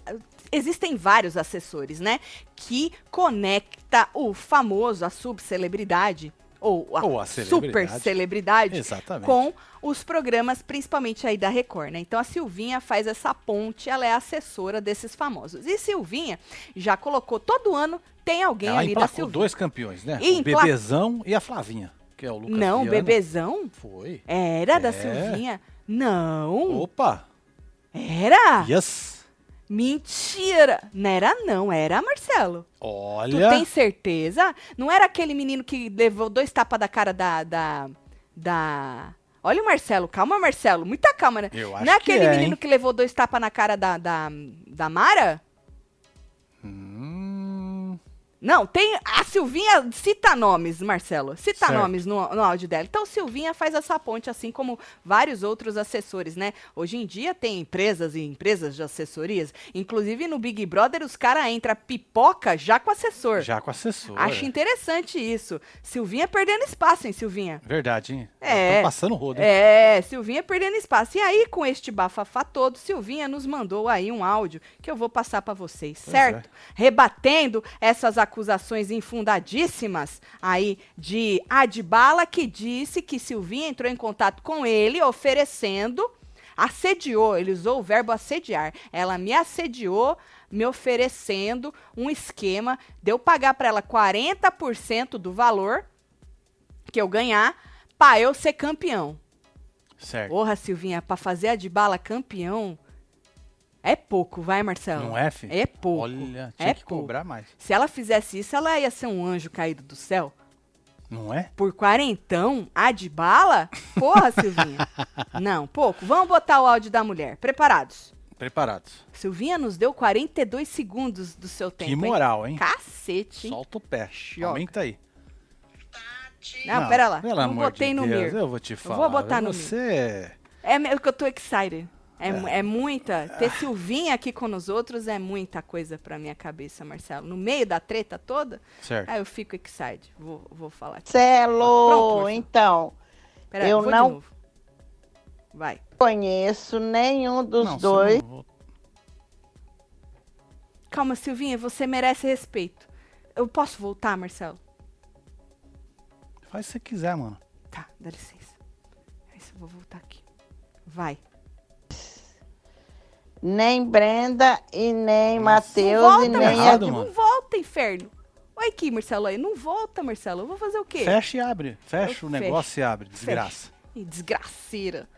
Speaker 1: existem vários assessores, né, que conecta o famoso, a subcelebridade ou a,
Speaker 2: Ou a celebridade.
Speaker 1: super celebridade
Speaker 2: Exatamente.
Speaker 1: com os programas, principalmente aí da Record, né? Então a Silvinha faz essa ponte, ela é assessora desses famosos. E Silvinha já colocou todo ano tem alguém
Speaker 2: Ela
Speaker 1: ali da
Speaker 2: Ah, emplacou
Speaker 1: Silvinha.
Speaker 2: dois campeões, né?
Speaker 1: E
Speaker 2: o
Speaker 1: empla-
Speaker 2: Bebezão e a Flavinha, que é o Lucas
Speaker 1: Não,
Speaker 2: Viana.
Speaker 1: bebezão
Speaker 2: Foi.
Speaker 1: era da
Speaker 2: É.
Speaker 1: um.
Speaker 2: Oh.
Speaker 1: Silvinha. Não,
Speaker 2: Opa.
Speaker 1: era.
Speaker 2: Yes.
Speaker 1: Mentira! Não era não, era Marcelo.
Speaker 2: Olha.
Speaker 1: Tu tem certeza? Não era aquele menino que levou dois tapas da cara da, da, da... Olha o Marcelo, calma, Marcelo. Muita calma, né?
Speaker 2: Eu acho
Speaker 1: Não é
Speaker 2: que
Speaker 1: aquele
Speaker 2: é,
Speaker 1: menino
Speaker 2: hein?
Speaker 1: que levou dois tapas na cara da, da, da Mara?
Speaker 2: Hum,
Speaker 1: Não, tem. A Silvinha cita nomes, Marcelo. Cita
Speaker 2: Certo.
Speaker 1: nomes no, no áudio dela. Então, Silvinha faz essa ponte, assim como vários outros assessores, né? Hoje em dia tem empresas e empresas de assessorias. Inclusive no Big Brother, os caras entram pipoca já com assessor.
Speaker 2: já com assessor.
Speaker 1: Acho interessante isso. Silvinha perdendo espaço, hein, Silvinha?
Speaker 2: Verdade, hein?
Speaker 1: É.
Speaker 2: Tão passando o rodo, hein?
Speaker 1: É, Silvinha perdendo espaço. E aí, com este bafafá todo, Silvinha nos mandou aí um áudio que eu vou passar pra vocês,
Speaker 2: Pois
Speaker 1: certo? Rebatendo essas acusações infundadíssimas aí de Adbala, que disse que Silvinha entrou em contato com ele, oferecendo, assediou, ele usou o verbo assediar. Ela me assediou, me oferecendo um esquema de eu pagar pra ela 40% do valor que eu ganhar pra eu ser campeão. É.
Speaker 2: Certo.
Speaker 1: Porra, Silvinha, pra fazer a de bala campeão é pouco, vai, Marcelo?
Speaker 2: Não é, fi?
Speaker 1: É pouco.
Speaker 2: Olha, tinha
Speaker 1: é
Speaker 2: que
Speaker 1: pouco.
Speaker 2: cobrar mais.
Speaker 1: Se ela fizesse isso, ela ia ser um anjo caído do céu.
Speaker 2: Não é?
Speaker 1: Por quarentão, a de bala? Porra, Silvinha. Não, pouco. Vamos botar o áudio da mulher. Preparados?
Speaker 2: Preparados.
Speaker 1: Silvinha nos deu 42 segundos do seu tempo.
Speaker 2: que moral, hein?
Speaker 1: Hein? Cacete. hein?
Speaker 2: Solta o pé.
Speaker 1: Chioca.
Speaker 2: Aumenta aí.
Speaker 1: Não, pera lá.
Speaker 2: Pelo
Speaker 1: não
Speaker 2: amor
Speaker 1: botei
Speaker 2: de
Speaker 1: no
Speaker 2: Deus,
Speaker 1: mir.
Speaker 2: Eu vou te falar.
Speaker 1: vou botar no mir.
Speaker 2: Você
Speaker 1: É mesmo que eu tô excited. É, mu- é muita. Ter Silvinha aqui com os outros é muita coisa pra minha cabeça, Marcelo. No meio da treta toda,
Speaker 2: Certo.
Speaker 1: aí eu fico excited. Vou, vou falar aqui. Pronto,
Speaker 3: Marcelo,
Speaker 1: Marcelo.
Speaker 3: então,
Speaker 1: Peraí,
Speaker 3: Eu
Speaker 1: vou
Speaker 3: não-
Speaker 1: de novo. Vai.
Speaker 3: conheço nenhum dos
Speaker 2: Não, você
Speaker 3: dois.
Speaker 2: não vou-
Speaker 1: Calma, Silvinha, você merece respeito. Eu posso voltar, Marcelo?
Speaker 2: Faz o que você quiser, mano.
Speaker 1: Tá, dá licença. É isso, eu vou voltar aqui. Vai.
Speaker 3: Nem Brenda e
Speaker 2: Nossa,
Speaker 3: nem
Speaker 1: não
Speaker 3: Matheus
Speaker 1: volta,
Speaker 3: e nem
Speaker 1: Marcelo.
Speaker 2: Errado, mano.
Speaker 1: Não volta, inferno. Olha aqui, Marcelo. Aí. Não volta, Marcelo. Eu vou fazer o quê?
Speaker 2: Fecha e abre. Fecha
Speaker 1: Eu
Speaker 2: o negócio e abre. Desgraça.
Speaker 1: Ih, desgraceira.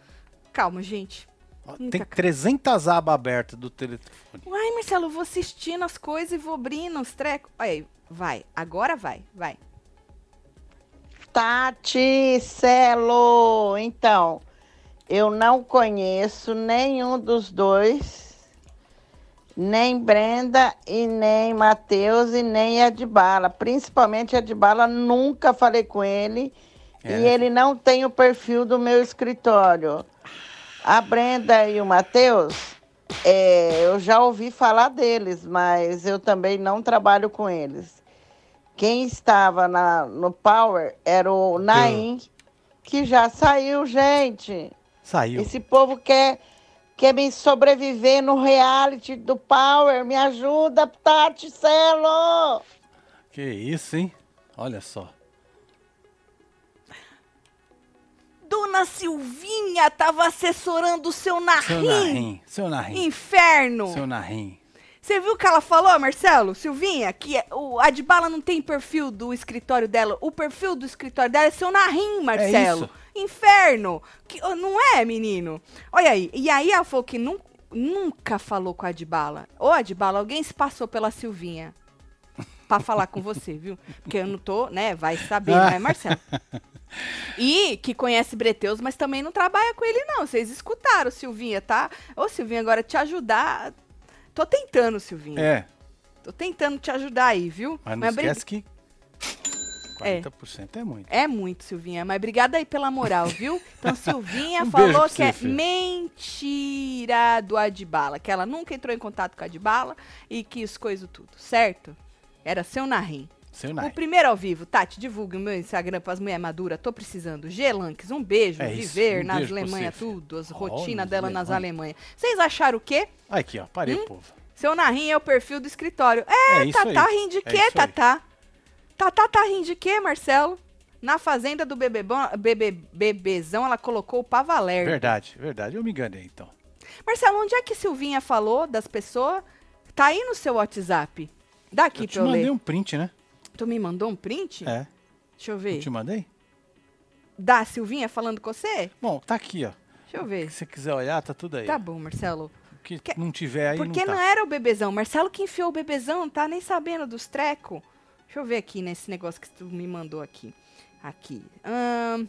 Speaker 1: Calma, gente.
Speaker 2: Ó,
Speaker 1: Nunca
Speaker 2: Tem
Speaker 1: acaba.
Speaker 2: 300 abas abertas do telefone.
Speaker 1: Uai, Marcelo, eu vou assistindo as coisas e vou abrindo os trecos. Olha aí, vai. Agora vai, vai.
Speaker 3: Tati Celo. Então, eu não conheço nenhum dos dois, nem Brenda e nem Matheus e nem Edbala. Principalmente Edbala, nunca falei com ele
Speaker 2: É,
Speaker 3: e
Speaker 2: né?
Speaker 3: ele não tem o perfil do meu escritório. A Brenda e o Matheus, é, eu já ouvi falar deles, mas eu também não trabalho com eles. Quem estava na- no Power era o Naim, que já saiu, gente.
Speaker 2: Saiu.
Speaker 3: Esse povo quer, quer me sobreviver no reality do Power. Me ajuda, Tati Celo!
Speaker 2: Que isso, hein? Olha só.
Speaker 1: Dona Silvinha tava assessorando o seu
Speaker 2: Seu
Speaker 1: narrim.
Speaker 2: narrim. Seu narrim.
Speaker 1: Inferno.
Speaker 2: Seu narrim.
Speaker 1: Você viu o que ela falou, Marcelo? Silvinha, que é- o Adbala não tem perfil do escritório dela. O perfil do escritório dela é seu narrim, Marcelo.
Speaker 2: isso.
Speaker 1: Inferno. Que, oh, não é, menino? Olha aí. E aí ela falou que nun- nunca falou com a Adbala. Ô, Adbala, alguém se passou pela Silvinha pra falar com você, viu? Porque eu não tô, né? Vai saber,
Speaker 2: Ah.
Speaker 1: né, Marcelo? E que conhece Breteus, mas também não trabalha com ele, não. Vocês escutaram, Silvinha, tá? Ô, Silvinha, agora te ajudar. Tô tentando, Silvinha.
Speaker 2: É,
Speaker 1: Tô tentando te ajudar aí, viu?
Speaker 2: mas não
Speaker 1: bri-
Speaker 2: esquece que 40% é, muito.
Speaker 1: É muito, Silvinha. Mas obrigada aí pela moral, viu? Então, Silvinha
Speaker 2: Um beijo
Speaker 1: falou
Speaker 2: pra
Speaker 1: que
Speaker 2: você,
Speaker 1: é
Speaker 2: filho.
Speaker 1: mentira do Adbala. Que ela nunca entrou em contato com a Adbala e que isso coisa tudo, certo? Era seu narrim.
Speaker 2: Seu
Speaker 1: O
Speaker 2: narrim.
Speaker 1: primeiro ao vivo, Tati, divulgue o meu Instagram pras mulher madura, tô precisando. Gelanques, um beijo,
Speaker 2: É isso,
Speaker 1: viver
Speaker 2: um
Speaker 1: nas
Speaker 2: beijo pra
Speaker 1: Alemanha,
Speaker 2: você, filho.
Speaker 1: tudo, as
Speaker 2: Ó,
Speaker 1: rotinas
Speaker 2: nas
Speaker 1: dela nas
Speaker 2: Alemanha.
Speaker 1: Alemanha. Vocês acharam o quê?
Speaker 2: Aqui, ó. Parei,
Speaker 1: Hum?
Speaker 2: povo.
Speaker 1: Seu narrinho é o perfil do escritório.
Speaker 2: É,
Speaker 1: É,
Speaker 2: isso aí.
Speaker 1: Tatá rindo de
Speaker 2: É
Speaker 1: quê,
Speaker 2: isso aí.
Speaker 1: Tatá? Tatá tá rindo de quê, Marcelo? Na fazenda do bebebão, bebe, bebezão, ela colocou o Pavaler.
Speaker 2: Verdade, verdade. Eu me enganei, então.
Speaker 1: Marcelo, onde é que Silvinha falou das pessoas? Tá aí no seu WhatsApp. Dá aqui
Speaker 2: eu te
Speaker 1: pra eu
Speaker 2: mandei
Speaker 1: ler.
Speaker 2: um print, né?
Speaker 1: Tu me mandou um print?
Speaker 2: É.
Speaker 1: Deixa eu
Speaker 2: Eu
Speaker 1: ver.
Speaker 2: te mandei?
Speaker 1: Da Silvinha falando com você?
Speaker 2: Bom, tá aqui, ó.
Speaker 1: Deixa eu
Speaker 2: Se
Speaker 1: ver.
Speaker 2: você quiser olhar, tá tudo aí.
Speaker 1: Tá bom, Marcelo.
Speaker 2: Porque
Speaker 1: É. Que-
Speaker 2: não tiver aí,
Speaker 1: Porque
Speaker 2: não, tá.
Speaker 1: não é- era o bebezão. Marcelo que enfiou o bebezão, não tá nem sabendo dos treco. Deixa eu ver aqui nesse negócio que tu me mandou aqui. Aqui. Ahn,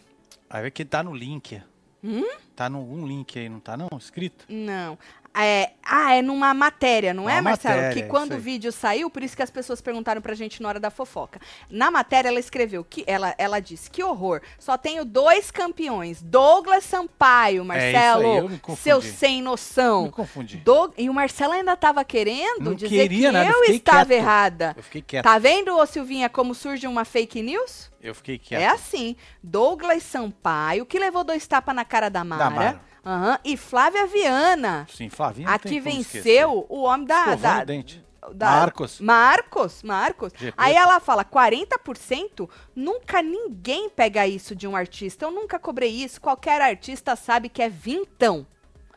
Speaker 2: Aí vai que tá no link.
Speaker 1: Hum?
Speaker 2: Tá num um link aí, não tá não? Escrito?
Speaker 1: não. É, ah, é numa matéria, não é,
Speaker 2: Uma
Speaker 1: Marcelo?
Speaker 2: matéria,
Speaker 1: que
Speaker 2: é
Speaker 1: quando
Speaker 2: isso
Speaker 1: o
Speaker 2: aí.
Speaker 1: vídeo saiu, por isso que as pessoas perguntaram pra gente na hora da fofoca. Na matéria, ela escreveu que ela, ela disse: que horror, só tenho dois campeões: Douglas Sampaio,
Speaker 2: É isso aí,
Speaker 1: Marcelo.
Speaker 2: eu me confundi.
Speaker 1: seu sem noção.
Speaker 2: Me confundi.
Speaker 1: Doug- E o Marcelo ainda tava querendo
Speaker 2: Não
Speaker 1: dizer
Speaker 2: queria
Speaker 1: que
Speaker 2: nada,
Speaker 1: eu
Speaker 2: fiquei
Speaker 1: estava
Speaker 2: quieto.
Speaker 1: errada.
Speaker 2: Eu fiquei quieto.
Speaker 1: Tá vendo, ô Silvinha, como surge uma fake news?
Speaker 2: Eu fiquei
Speaker 1: É
Speaker 2: quieto.
Speaker 1: assim. Douglas Sampaio, que levou dois tapas na cara da Mara.
Speaker 2: Da Mara.
Speaker 1: Aham, e Flávia Viana,
Speaker 2: Sim, Flavinho.
Speaker 1: a que assim? venceu o homem da.
Speaker 2: Da,
Speaker 1: da-
Speaker 2: o dente.
Speaker 1: da-
Speaker 2: Marcos.
Speaker 1: Marcos, Marcos.
Speaker 2: GP.
Speaker 1: Aí ela fala, 40%? Nunca ninguém pega isso de um artista. Eu nunca cobrei isso. Qualquer artista sabe que é vintão.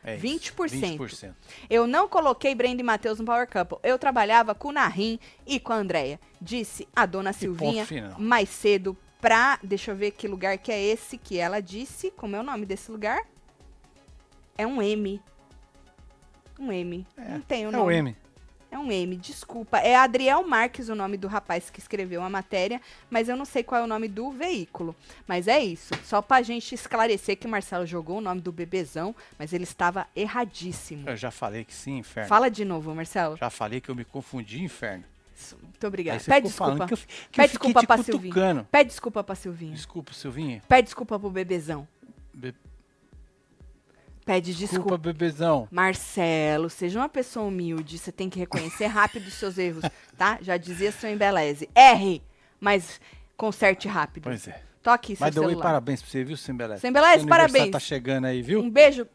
Speaker 2: É isso,
Speaker 1: 20%.
Speaker 2: 20%.
Speaker 1: Eu não coloquei Brenda e Matheus no Power Couple. Eu trabalhava com o Narim e com a Andréia. Disse a dona
Speaker 2: E
Speaker 1: Silvinha
Speaker 2: ponto final.
Speaker 1: mais cedo pra. Deixa eu ver que lugar que é esse que ela disse. Como é o nome desse lugar? É um M. Um M. não tem o
Speaker 2: É
Speaker 1: nome.
Speaker 2: o M.
Speaker 1: É um M, desculpa. É Adriel Marques o nome do rapaz que escreveu a matéria, mas eu não sei qual é o nome do veículo. Mas é isso. Só pra gente esclarecer que o Marcelo jogou o nome do bebezão, mas ele estava erradíssimo.
Speaker 2: Eu já falei que sim, inferno.
Speaker 1: Fala de novo, Marcelo.
Speaker 2: Já falei que eu me confundi, inferno.
Speaker 1: Isso, Muito obrigada.
Speaker 2: Aí você
Speaker 1: Pede
Speaker 2: ficou falando
Speaker 1: desculpa.
Speaker 2: que eu, fi- que eu
Speaker 1: Pede
Speaker 2: fiquei
Speaker 1: desculpa pra
Speaker 2: te
Speaker 1: Silvinha.
Speaker 2: cutucando.
Speaker 1: Pede desculpa pra Silvinha.
Speaker 2: Desculpa, Silvinha.
Speaker 1: Pede desculpa pro bebezão.
Speaker 2: Be-
Speaker 1: Pede
Speaker 2: Desculpa,
Speaker 1: desculpa.
Speaker 2: bebezão.
Speaker 1: Marcelo, seja uma pessoa humilde. Você tem que reconhecer rápido os seus erros, tá? Já dizia seu embeleze. Erre, mas conserte rápido.
Speaker 2: Pois é.
Speaker 1: Toque seu
Speaker 2: Mas deu
Speaker 1: celular.
Speaker 2: parabéns pra você, viu, Sembeleze?
Speaker 1: Sembeleze,
Speaker 2: Seu aniversário
Speaker 1: parabéns.
Speaker 2: tá chegando aí, viu?
Speaker 1: Um beijo,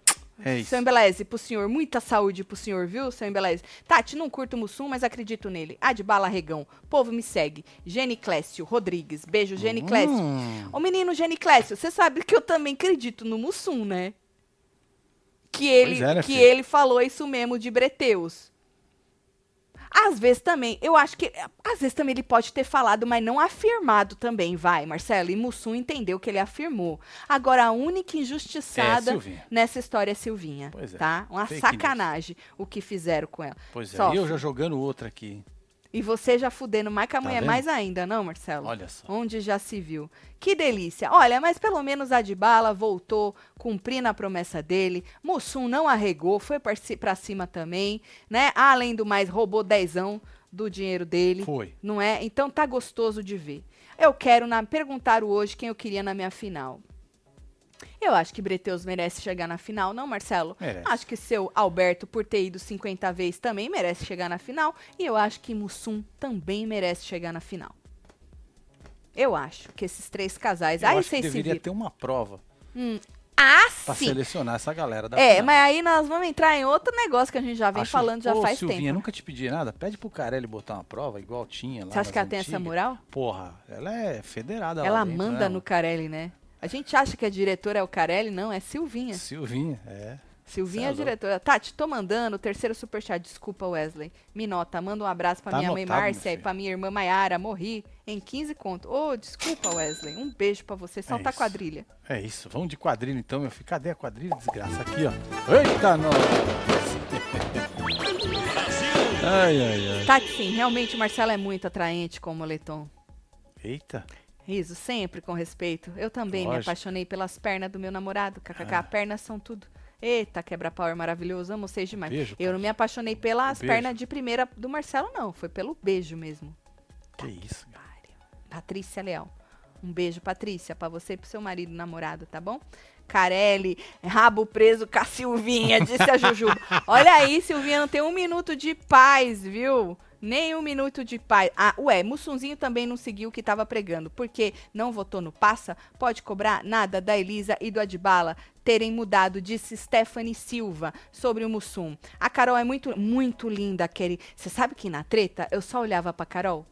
Speaker 2: É isso.
Speaker 1: seu Embeleze, pro senhor. Muita saúde pro senhor, viu, seu Embeleze? Tati, não curto o Mussum, mas acredito nele. Ah, de bala regão. Povo, me segue. Gene Clécio Rodrigues. Beijo, Gene Clécio.
Speaker 2: Hum.
Speaker 1: Ô, menino Gene Clécio, você sabe que eu também acredito no Mussum, né? Que ele,
Speaker 2: é, né,
Speaker 1: que
Speaker 2: filho?
Speaker 1: ele falou isso mesmo de Breteus. Às vezes também, eu acho que. Às vezes também ele pode ter falado, mas não afirmado também, vai, Marcelo. E Mussum entendeu que ele afirmou. Agora, a única
Speaker 2: É,
Speaker 1: injustiçada
Speaker 2: Silvinha.
Speaker 1: nessa história é Silvinha.
Speaker 2: Pois é.
Speaker 1: Tá? Uma
Speaker 2: Fake
Speaker 1: sacanagem o que fizeram com ela.
Speaker 2: Pois é.
Speaker 1: Sofre.
Speaker 2: E eu já jogando outra aqui.
Speaker 1: E você já fudendo mais com a
Speaker 2: Tá
Speaker 1: mulher,
Speaker 2: vendo?
Speaker 1: mais ainda, não, Marcelo?
Speaker 2: Olha só.
Speaker 1: Onde já se viu. Que delícia. Olha, mas pelo menos a Dibala voltou, cumprindo a promessa dele. Mussum não arregou, foi pra ci- pra cima também, né? Além do mais, roubou dezão do dinheiro dele.
Speaker 2: Foi.
Speaker 1: Não é? Então tá gostoso de ver. Eu quero na, perguntar hoje quem eu queria na minha final. Eu acho que Breteus merece chegar na final, não, Marcelo?
Speaker 2: Merece.
Speaker 1: Acho que seu Alberto, por ter ido 50 vezes, também merece chegar na final. E eu acho que Mussum também merece chegar na final. Eu acho que esses três casais.
Speaker 2: Eu
Speaker 1: aí
Speaker 2: acho que
Speaker 1: vocês se
Speaker 2: deveria
Speaker 1: viram.
Speaker 2: ter uma prova
Speaker 1: Ah,
Speaker 2: pra
Speaker 1: sim!
Speaker 2: selecionar essa galera da
Speaker 1: É,
Speaker 2: final.
Speaker 1: mas aí nós vamos entrar em outro negócio que a gente já vem
Speaker 2: Acho-
Speaker 1: falando já
Speaker 2: Ô,
Speaker 1: faz
Speaker 2: Silvinha,
Speaker 1: tempo.
Speaker 2: nunca te pedi nada. Pede pro Carelli botar uma prova igual tinha lá.
Speaker 1: Você acha
Speaker 2: nas
Speaker 1: que ela tem essa
Speaker 2: antigas.
Speaker 1: moral?
Speaker 2: Porra, ela é federada lá
Speaker 1: Ela
Speaker 2: dentro,
Speaker 1: manda
Speaker 2: né,
Speaker 1: no Carelli, né? A gente acha que a diretora é o Carelli, não, é Silvinha.
Speaker 2: Silvinha, é.
Speaker 1: Silvinha é a
Speaker 2: Cê é louco.
Speaker 1: diretora. Tati, tô mandando o terceiro superchat. Desculpa, Wesley. Me nota. Manda um abraço pra
Speaker 2: Tá
Speaker 1: minha mãe
Speaker 2: anotado, meu
Speaker 1: Márcia e
Speaker 2: filho.
Speaker 1: pra minha irmã Maiara. Morri em 15 conto. Ô, desculpa, Wesley. Um beijo pra você. Solta a
Speaker 2: isso.
Speaker 1: quadrilha.
Speaker 2: É isso. Vamos de quadrilha então, meu filho. Cadê a quadrilha, desgraça? Aqui, ó. Eita, nós! ai, ai, ai.
Speaker 1: Tati, sim, realmente o Marcelo é muito atraente com o moletom.
Speaker 2: Eita.
Speaker 1: Riso, sempre com respeito. Eu também me
Speaker 2: Lógico. Ah.
Speaker 1: apaixonei pelas pernas do meu namorado. KKK, pernas são tudo. Eita, quebra-power maravilhoso. Amo vocês demais.
Speaker 2: Beijo,
Speaker 1: Eu não me apaixonei pelas
Speaker 2: Beijo.
Speaker 1: pernas de primeira do Marcelo, não. Foi pelo beijo mesmo.
Speaker 2: Que isso, cara.
Speaker 1: Otária. Patrícia Leal. Um beijo, Patrícia, pra você e pro seu marido e namorado, tá bom? Carelli, rabo preso com a Silvinha, disse a Jujuba. Olha aí, Silvinha não tem um minuto de paz, viu? Nem um minuto de paz. Ah, ué, Mussunzinho também não seguiu o que tava pregando, porque não votou no Passa, pode cobrar nada da Elisa e do Adbala terem mudado, disse Stephanie Silva sobre o Mussum. A Carol é muito, muito linda, Kelly. Você sabe que na treta eu só olhava pra Carol?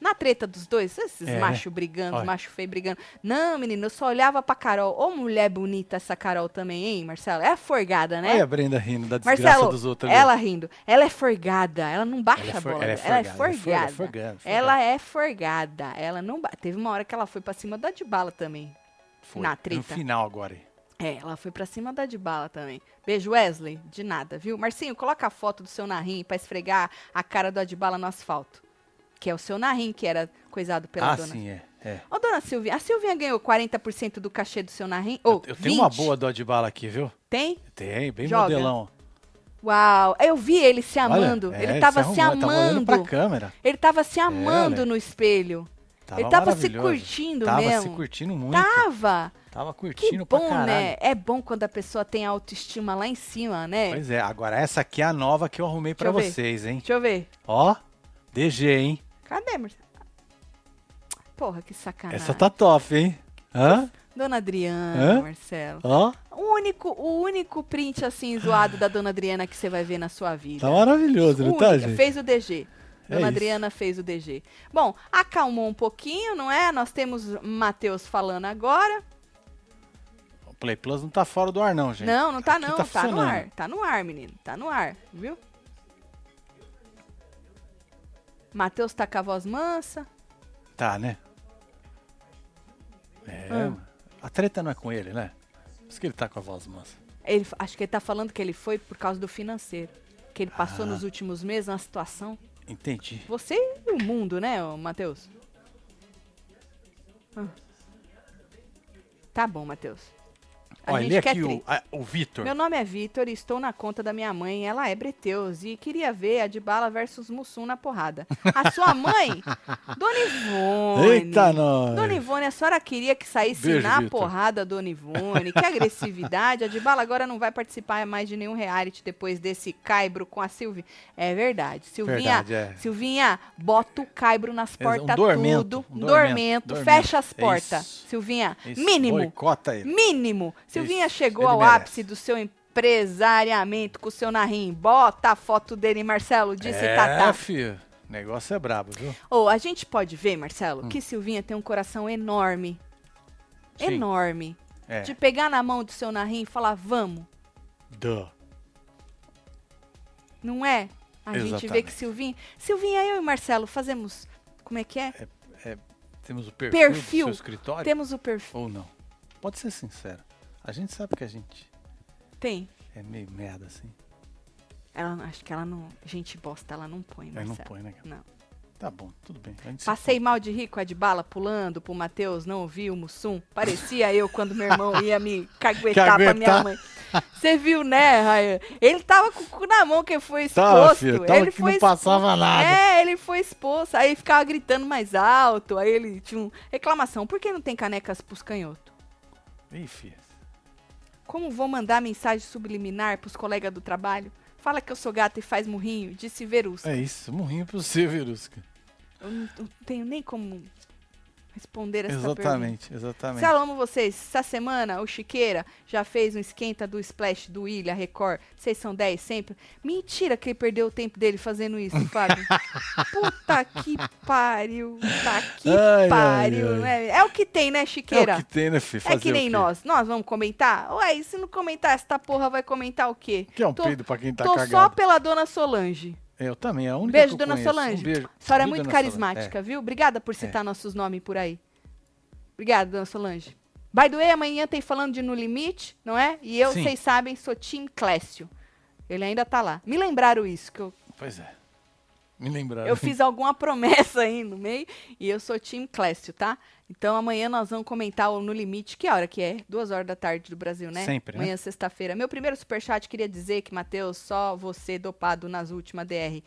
Speaker 1: Na treta dos dois, esses
Speaker 2: É, né?
Speaker 1: macho brigando,
Speaker 2: Olha.
Speaker 1: macho feio brigando. Não, menino, eu só olhava pra Carol. Ô, mulher bonita essa Carol também, hein, Marcelo? É a forgada, né?
Speaker 2: Olha a Brenda rindo da desgraça
Speaker 1: Marcelo,
Speaker 2: dos outros ali.
Speaker 1: ela rindo. Ela é forgada, ela não baixa
Speaker 2: Ela é
Speaker 1: a
Speaker 2: for-
Speaker 1: bola.
Speaker 2: ela é
Speaker 1: Ela é
Speaker 2: forgada, ela é
Speaker 1: forgada.
Speaker 2: for- forgada, forgada.
Speaker 1: Ela é forgada. Ela não ba... Teve uma hora que ela foi pra cima da de bala também.
Speaker 2: Foi.
Speaker 1: na treta.
Speaker 2: No final agora. aí.
Speaker 1: É, ela foi pra cima da de bala também. Beijo, Wesley. De nada, viu? Marcinho, coloca a foto do seu narrim pra esfregar a cara do Adbala no asfalto. Que é o seu narrim que era coisado pela
Speaker 2: ah,
Speaker 1: dona.
Speaker 2: sim, é. é.
Speaker 1: Ô, dona Silvinha, a Silvinha ganhou 40% do cachê do seu narrim?
Speaker 2: Eu-
Speaker 1: Ou
Speaker 2: eu tenho uma
Speaker 1: 20?
Speaker 2: boa do Adbala aqui, viu?
Speaker 1: Tem?
Speaker 2: Tem, bem
Speaker 1: Joga.
Speaker 2: modelão.
Speaker 1: Uau, eu vi ele se
Speaker 2: Olha,
Speaker 1: amando.
Speaker 2: é,
Speaker 1: ele tava
Speaker 2: arrumou,
Speaker 1: se
Speaker 2: ele Tava olhando
Speaker 1: amando.
Speaker 2: pra câmera.
Speaker 1: ele tava se amando
Speaker 2: olha.
Speaker 1: no espelho.
Speaker 2: Tava
Speaker 1: ele tava se
Speaker 2: maravilhoso.
Speaker 1: curtindo
Speaker 2: Tava
Speaker 1: mesmo.
Speaker 2: se curtindo muito.
Speaker 1: Tava.
Speaker 2: Tava
Speaker 1: Que
Speaker 2: curtindo pra
Speaker 1: bom,
Speaker 2: caralho.
Speaker 1: né? É bom quando a pessoa tem a autoestima lá em cima, né?
Speaker 2: Pois é, agora essa aqui é a nova que eu arrumei pra
Speaker 1: eu ver.
Speaker 2: vocês, hein?
Speaker 1: Deixa eu ver.
Speaker 2: Ó, DG, hein?
Speaker 1: Cadê, Marcelo? Porra, que sacanagem.
Speaker 2: Essa tá top, hein? Hã?
Speaker 1: Dona Adriana,
Speaker 2: Hã?
Speaker 1: Marcelo.
Speaker 2: Ó, tá
Speaker 1: O único, o único print assim zoado da Dona Adriana que você vai ver na sua vida.
Speaker 2: tá maravilhoso, não tá,
Speaker 1: Única,
Speaker 2: gente?
Speaker 1: Fez o DG.
Speaker 2: É
Speaker 1: Dona
Speaker 2: isso.
Speaker 1: Adriana fez o DG. Bom, acalmou um pouquinho, não é? Nós temos Matheus falando agora.
Speaker 2: O Play Plus não tá fora do ar, não, gente.
Speaker 1: Não, não tá
Speaker 2: Aqui
Speaker 1: não.
Speaker 2: tá
Speaker 1: Tá, no
Speaker 2: funcionando.
Speaker 1: ar. Tá no ar, menino. Tá no ar, viu? Matheus tá com a voz mansa.
Speaker 2: Tá, né? É.
Speaker 1: Ah.
Speaker 2: A treta não é com ele, né? Por isso que ele tá com a voz mansa.
Speaker 1: Ele, acho que ele tá falando que ele foi por causa do financeiro. Que ele passou
Speaker 2: Ah.
Speaker 1: nos últimos meses na situação.
Speaker 2: Entendi.
Speaker 1: Você e o mundo, né, ô, Matheus? Ah. Tá bom, Matheus. A
Speaker 2: Olha,
Speaker 1: gente
Speaker 2: lê
Speaker 1: quer
Speaker 2: aqui o,
Speaker 1: tri.
Speaker 2: a- o Vitor.
Speaker 1: Meu nome é Vitor e estou na conta da minha mãe. Ela é Breteus e queria ver a de bala versus Mussum na porrada. A sua mãe? Dona Ivone.
Speaker 2: Eita, nós!
Speaker 1: Dona Ivone, a senhora queria que saísse
Speaker 2: Beijo,
Speaker 1: na
Speaker 2: Vitor.
Speaker 1: porrada Dona Ivone. Que agressividade. A Dibala agora não vai participar mais de nenhum reality depois desse caibro com a Silvinha. É verdade. Silvinha,
Speaker 2: Verdade, é.
Speaker 1: Silvinha, bota o caibro nas
Speaker 2: É um
Speaker 1: portas
Speaker 2: dormento,
Speaker 1: tudo.
Speaker 2: um
Speaker 1: dormento,
Speaker 2: dormento,
Speaker 1: fecha as
Speaker 2: é
Speaker 1: portas.
Speaker 2: isso.
Speaker 1: Silvinha,
Speaker 2: Isso,
Speaker 1: mínimo.
Speaker 2: Boicota ele.
Speaker 1: Mínimo. Silvinha
Speaker 2: Isso,
Speaker 1: chegou
Speaker 2: ele
Speaker 1: ao
Speaker 2: merece.
Speaker 1: ápice do seu empresariamento com o seu narrim. Bota a foto dele, Marcelo, disse
Speaker 2: é,
Speaker 1: Tatá.
Speaker 2: filho. O negócio é brabo, viu?
Speaker 1: Ou a gente pode ver,
Speaker 2: Hum.
Speaker 1: Marcelo, que Silvinha tem um coração enorme.
Speaker 2: Sim.
Speaker 1: Enorme.
Speaker 2: É.
Speaker 1: De pegar na mão do seu narrim e falar, vamos,
Speaker 2: Duh.
Speaker 1: não é? A gente vê que
Speaker 2: Exatamente.
Speaker 1: Silvinha. Silvinha, eu e Marcelo fazemos. Como é que é?
Speaker 2: Temos o perfil,
Speaker 1: Perfil.
Speaker 2: do seu escritório?
Speaker 1: Temos o perfil.
Speaker 2: Ou não? Pode ser sincero. A gente sabe que a gente
Speaker 1: Tem.
Speaker 2: é meio merda, assim.
Speaker 1: Tá Ela, não- acho que ela não. Gente bosta, ela não põe,
Speaker 2: Mas
Speaker 1: Marcelo.
Speaker 2: não põe, né, cara?
Speaker 1: Não.
Speaker 2: Tá bom, tudo bem. A gente se
Speaker 1: Passei mal de rico, a de bala, pulando pro Matheus, não ouvi o Mussum. Parecia eu quando meu irmão ia me caguetar pra
Speaker 2: Caguetar.
Speaker 1: minha mãe. Você viu, né, Raia? Ele tava com o cu na mão que foi exposto.
Speaker 2: Tava, Tá, filho, tava
Speaker 1: ele
Speaker 2: que
Speaker 1: foi
Speaker 2: não passava nada.
Speaker 1: É, ele foi exposto. Aí ficava gritando mais alto. Aí ele tinha um... reclamação. Por que não tem canecas pros canhotos?
Speaker 2: É. Ih, filha.
Speaker 1: Como vou mandar mensagem subliminar pros colegas do trabalho? Fala que eu sou gata e faz murrinho, disse Verus.
Speaker 2: É isso, morrinho pra você, Verusca.
Speaker 1: Eu não, não tenho nem como responder essa pergunta.
Speaker 2: Exatamente, exatamente.
Speaker 1: Salamo vocês. Essa semana, o Chiqueira já fez um esquenta do Splash do Ilha Record. Vocês são 10 sempre. Mentira que ele perdeu o tempo dele fazendo isso, Fábio. Puta que pariu. Tá que
Speaker 2: Ai, ai,
Speaker 1: pariu.
Speaker 2: ai.
Speaker 1: né? É o que tem, né,
Speaker 2: É
Speaker 1: Chiqueira?
Speaker 2: o que tem, né,
Speaker 1: É
Speaker 2: filho?
Speaker 1: que
Speaker 2: Fazer o
Speaker 1: nem
Speaker 2: quê?
Speaker 1: nós. Nós vamos comentar? Ué, e se não comentar, essa porra vai comentar o quê?
Speaker 2: Que é um
Speaker 1: Tô-
Speaker 2: peido pra quem tá
Speaker 1: Tô só
Speaker 2: cagado.
Speaker 1: pela dona Solange.
Speaker 2: Eu também, é a única
Speaker 1: Beijo,
Speaker 2: que eu
Speaker 1: dona
Speaker 2: conheço.
Speaker 1: Solange.
Speaker 2: Um beijo.
Speaker 1: A senhora é
Speaker 2: Viu,
Speaker 1: muito
Speaker 2: dona Solange?
Speaker 1: carismática, viu? Obrigada por citar nossos nomes por aí. Obrigada, dona Solange. By the way, amanhã tem falando de No Limite, não é? E eu,
Speaker 2: Sim.
Speaker 1: vocês sabem, sou Tim Clécio. Ele ainda tá lá. Me lembraram isso, que eu,
Speaker 2: É, pois é. Me lembraram.
Speaker 1: eu fiz alguma promessa aí no meio. E eu sou Tim Clécio, tá? Então amanhã nós vamos comentar o No Limite. Que hora que é? Duas horas da tarde do Brasil, né?
Speaker 2: Sempre, né?
Speaker 1: Amanhã, sexta-feira. Meu primeiro superchat queria dizer que, Matheus, só você dopado nas últimas DR.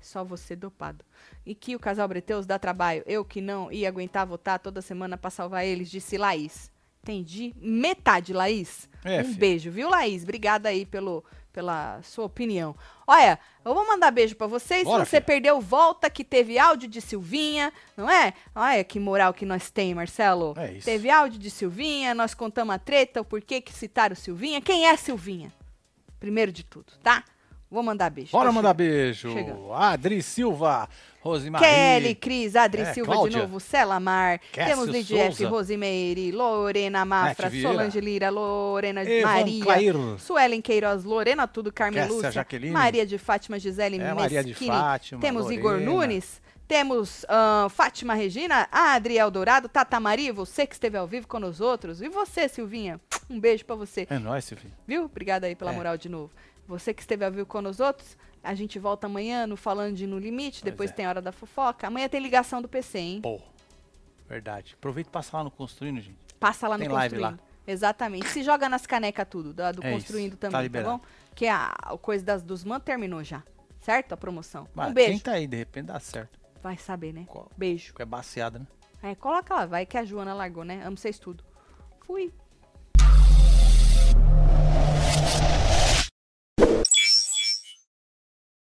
Speaker 1: Só você dopado. E que o casal Breteus dá trabalho. Eu que não ia aguentar votar toda semana pra salvar eles, disse Laís. Entendi. Metade, Laís.
Speaker 2: É,
Speaker 1: um
Speaker 2: filha.
Speaker 1: beijo, viu, Laís? Obrigada aí pelo, pela sua opinião. Olha, eu vou mandar beijo pra vocês.
Speaker 2: Bora,
Speaker 1: Se você
Speaker 2: filha.
Speaker 1: perdeu, volta que teve áudio de Silvinha, não é? Olha que moral que nós tem, Marcelo.
Speaker 2: É isso.
Speaker 1: Teve um áudio de Silvinha, nós contamos a treta, o porquê que citaram Silvinha. Quem é Silvinha? Primeiro de tudo, tá? Vou mandar beijo.
Speaker 2: Bora
Speaker 1: Tá chegando.
Speaker 2: mandar beijo.
Speaker 1: Chegando.
Speaker 2: Adri Silva, Rosimarie.
Speaker 1: Kelly, Cris, Adri
Speaker 2: É,
Speaker 1: Silva
Speaker 2: Cláudia.
Speaker 1: de novo, Celamar.
Speaker 2: Cássio
Speaker 1: Temos Lidia F,
Speaker 2: Souza.
Speaker 1: Rosimeire, Lorena Mafra,
Speaker 2: Nath Vieira.
Speaker 1: Solange Lira, Lorena
Speaker 2: Evan
Speaker 1: Maria.
Speaker 2: Clair.
Speaker 1: Suelen Queiroz, Lorena Tudo, Carmen
Speaker 2: Cássia
Speaker 1: Lúcia,
Speaker 2: é Jaqueline.
Speaker 1: Maria de Fátima, Gisele
Speaker 2: É, Maria de
Speaker 1: Meschini.
Speaker 2: Fátima,
Speaker 1: Temos Igor
Speaker 2: Lorena.
Speaker 1: Nunes, Temos ahn, Fátima Regina, a Adriel Dourado, Tata Mari, você que esteve ao vivo com nós outros. E você, Silvinha, um beijo pra você.
Speaker 2: É nóis, Silvinho.
Speaker 1: Viu? Obrigada aí pela
Speaker 2: É.
Speaker 1: moral de novo. Você que esteve ao vivo com nós outros, a gente volta amanhã no Falando de No Limite,
Speaker 2: Pois
Speaker 1: depois
Speaker 2: é.
Speaker 1: tem a Hora da Fofoca. Amanhã tem ligação do PC, hein?
Speaker 2: Pô. Verdade. Aproveita e passa lá no Construindo, gente.
Speaker 1: Passa lá
Speaker 2: Tem
Speaker 1: no
Speaker 2: live
Speaker 1: Construindo.
Speaker 2: lá.
Speaker 1: Exatamente. Se joga nas canecas tudo, da- do
Speaker 2: É isso,
Speaker 1: Construindo
Speaker 2: tá
Speaker 1: também, tá,
Speaker 2: liberado.
Speaker 1: bom? Que a, a coisa das, dos man terminou já, certo? A promoção.
Speaker 2: Mas
Speaker 1: um beijo.
Speaker 2: Tenta tá aí, de repente dá certo.
Speaker 1: Vai saber, né?
Speaker 2: tá- Qual?
Speaker 1: Beijo.
Speaker 2: Porque é baciada, né?
Speaker 1: É, coloca lá, vai que a Joana largou, né? Amo vocês tudo. Fui.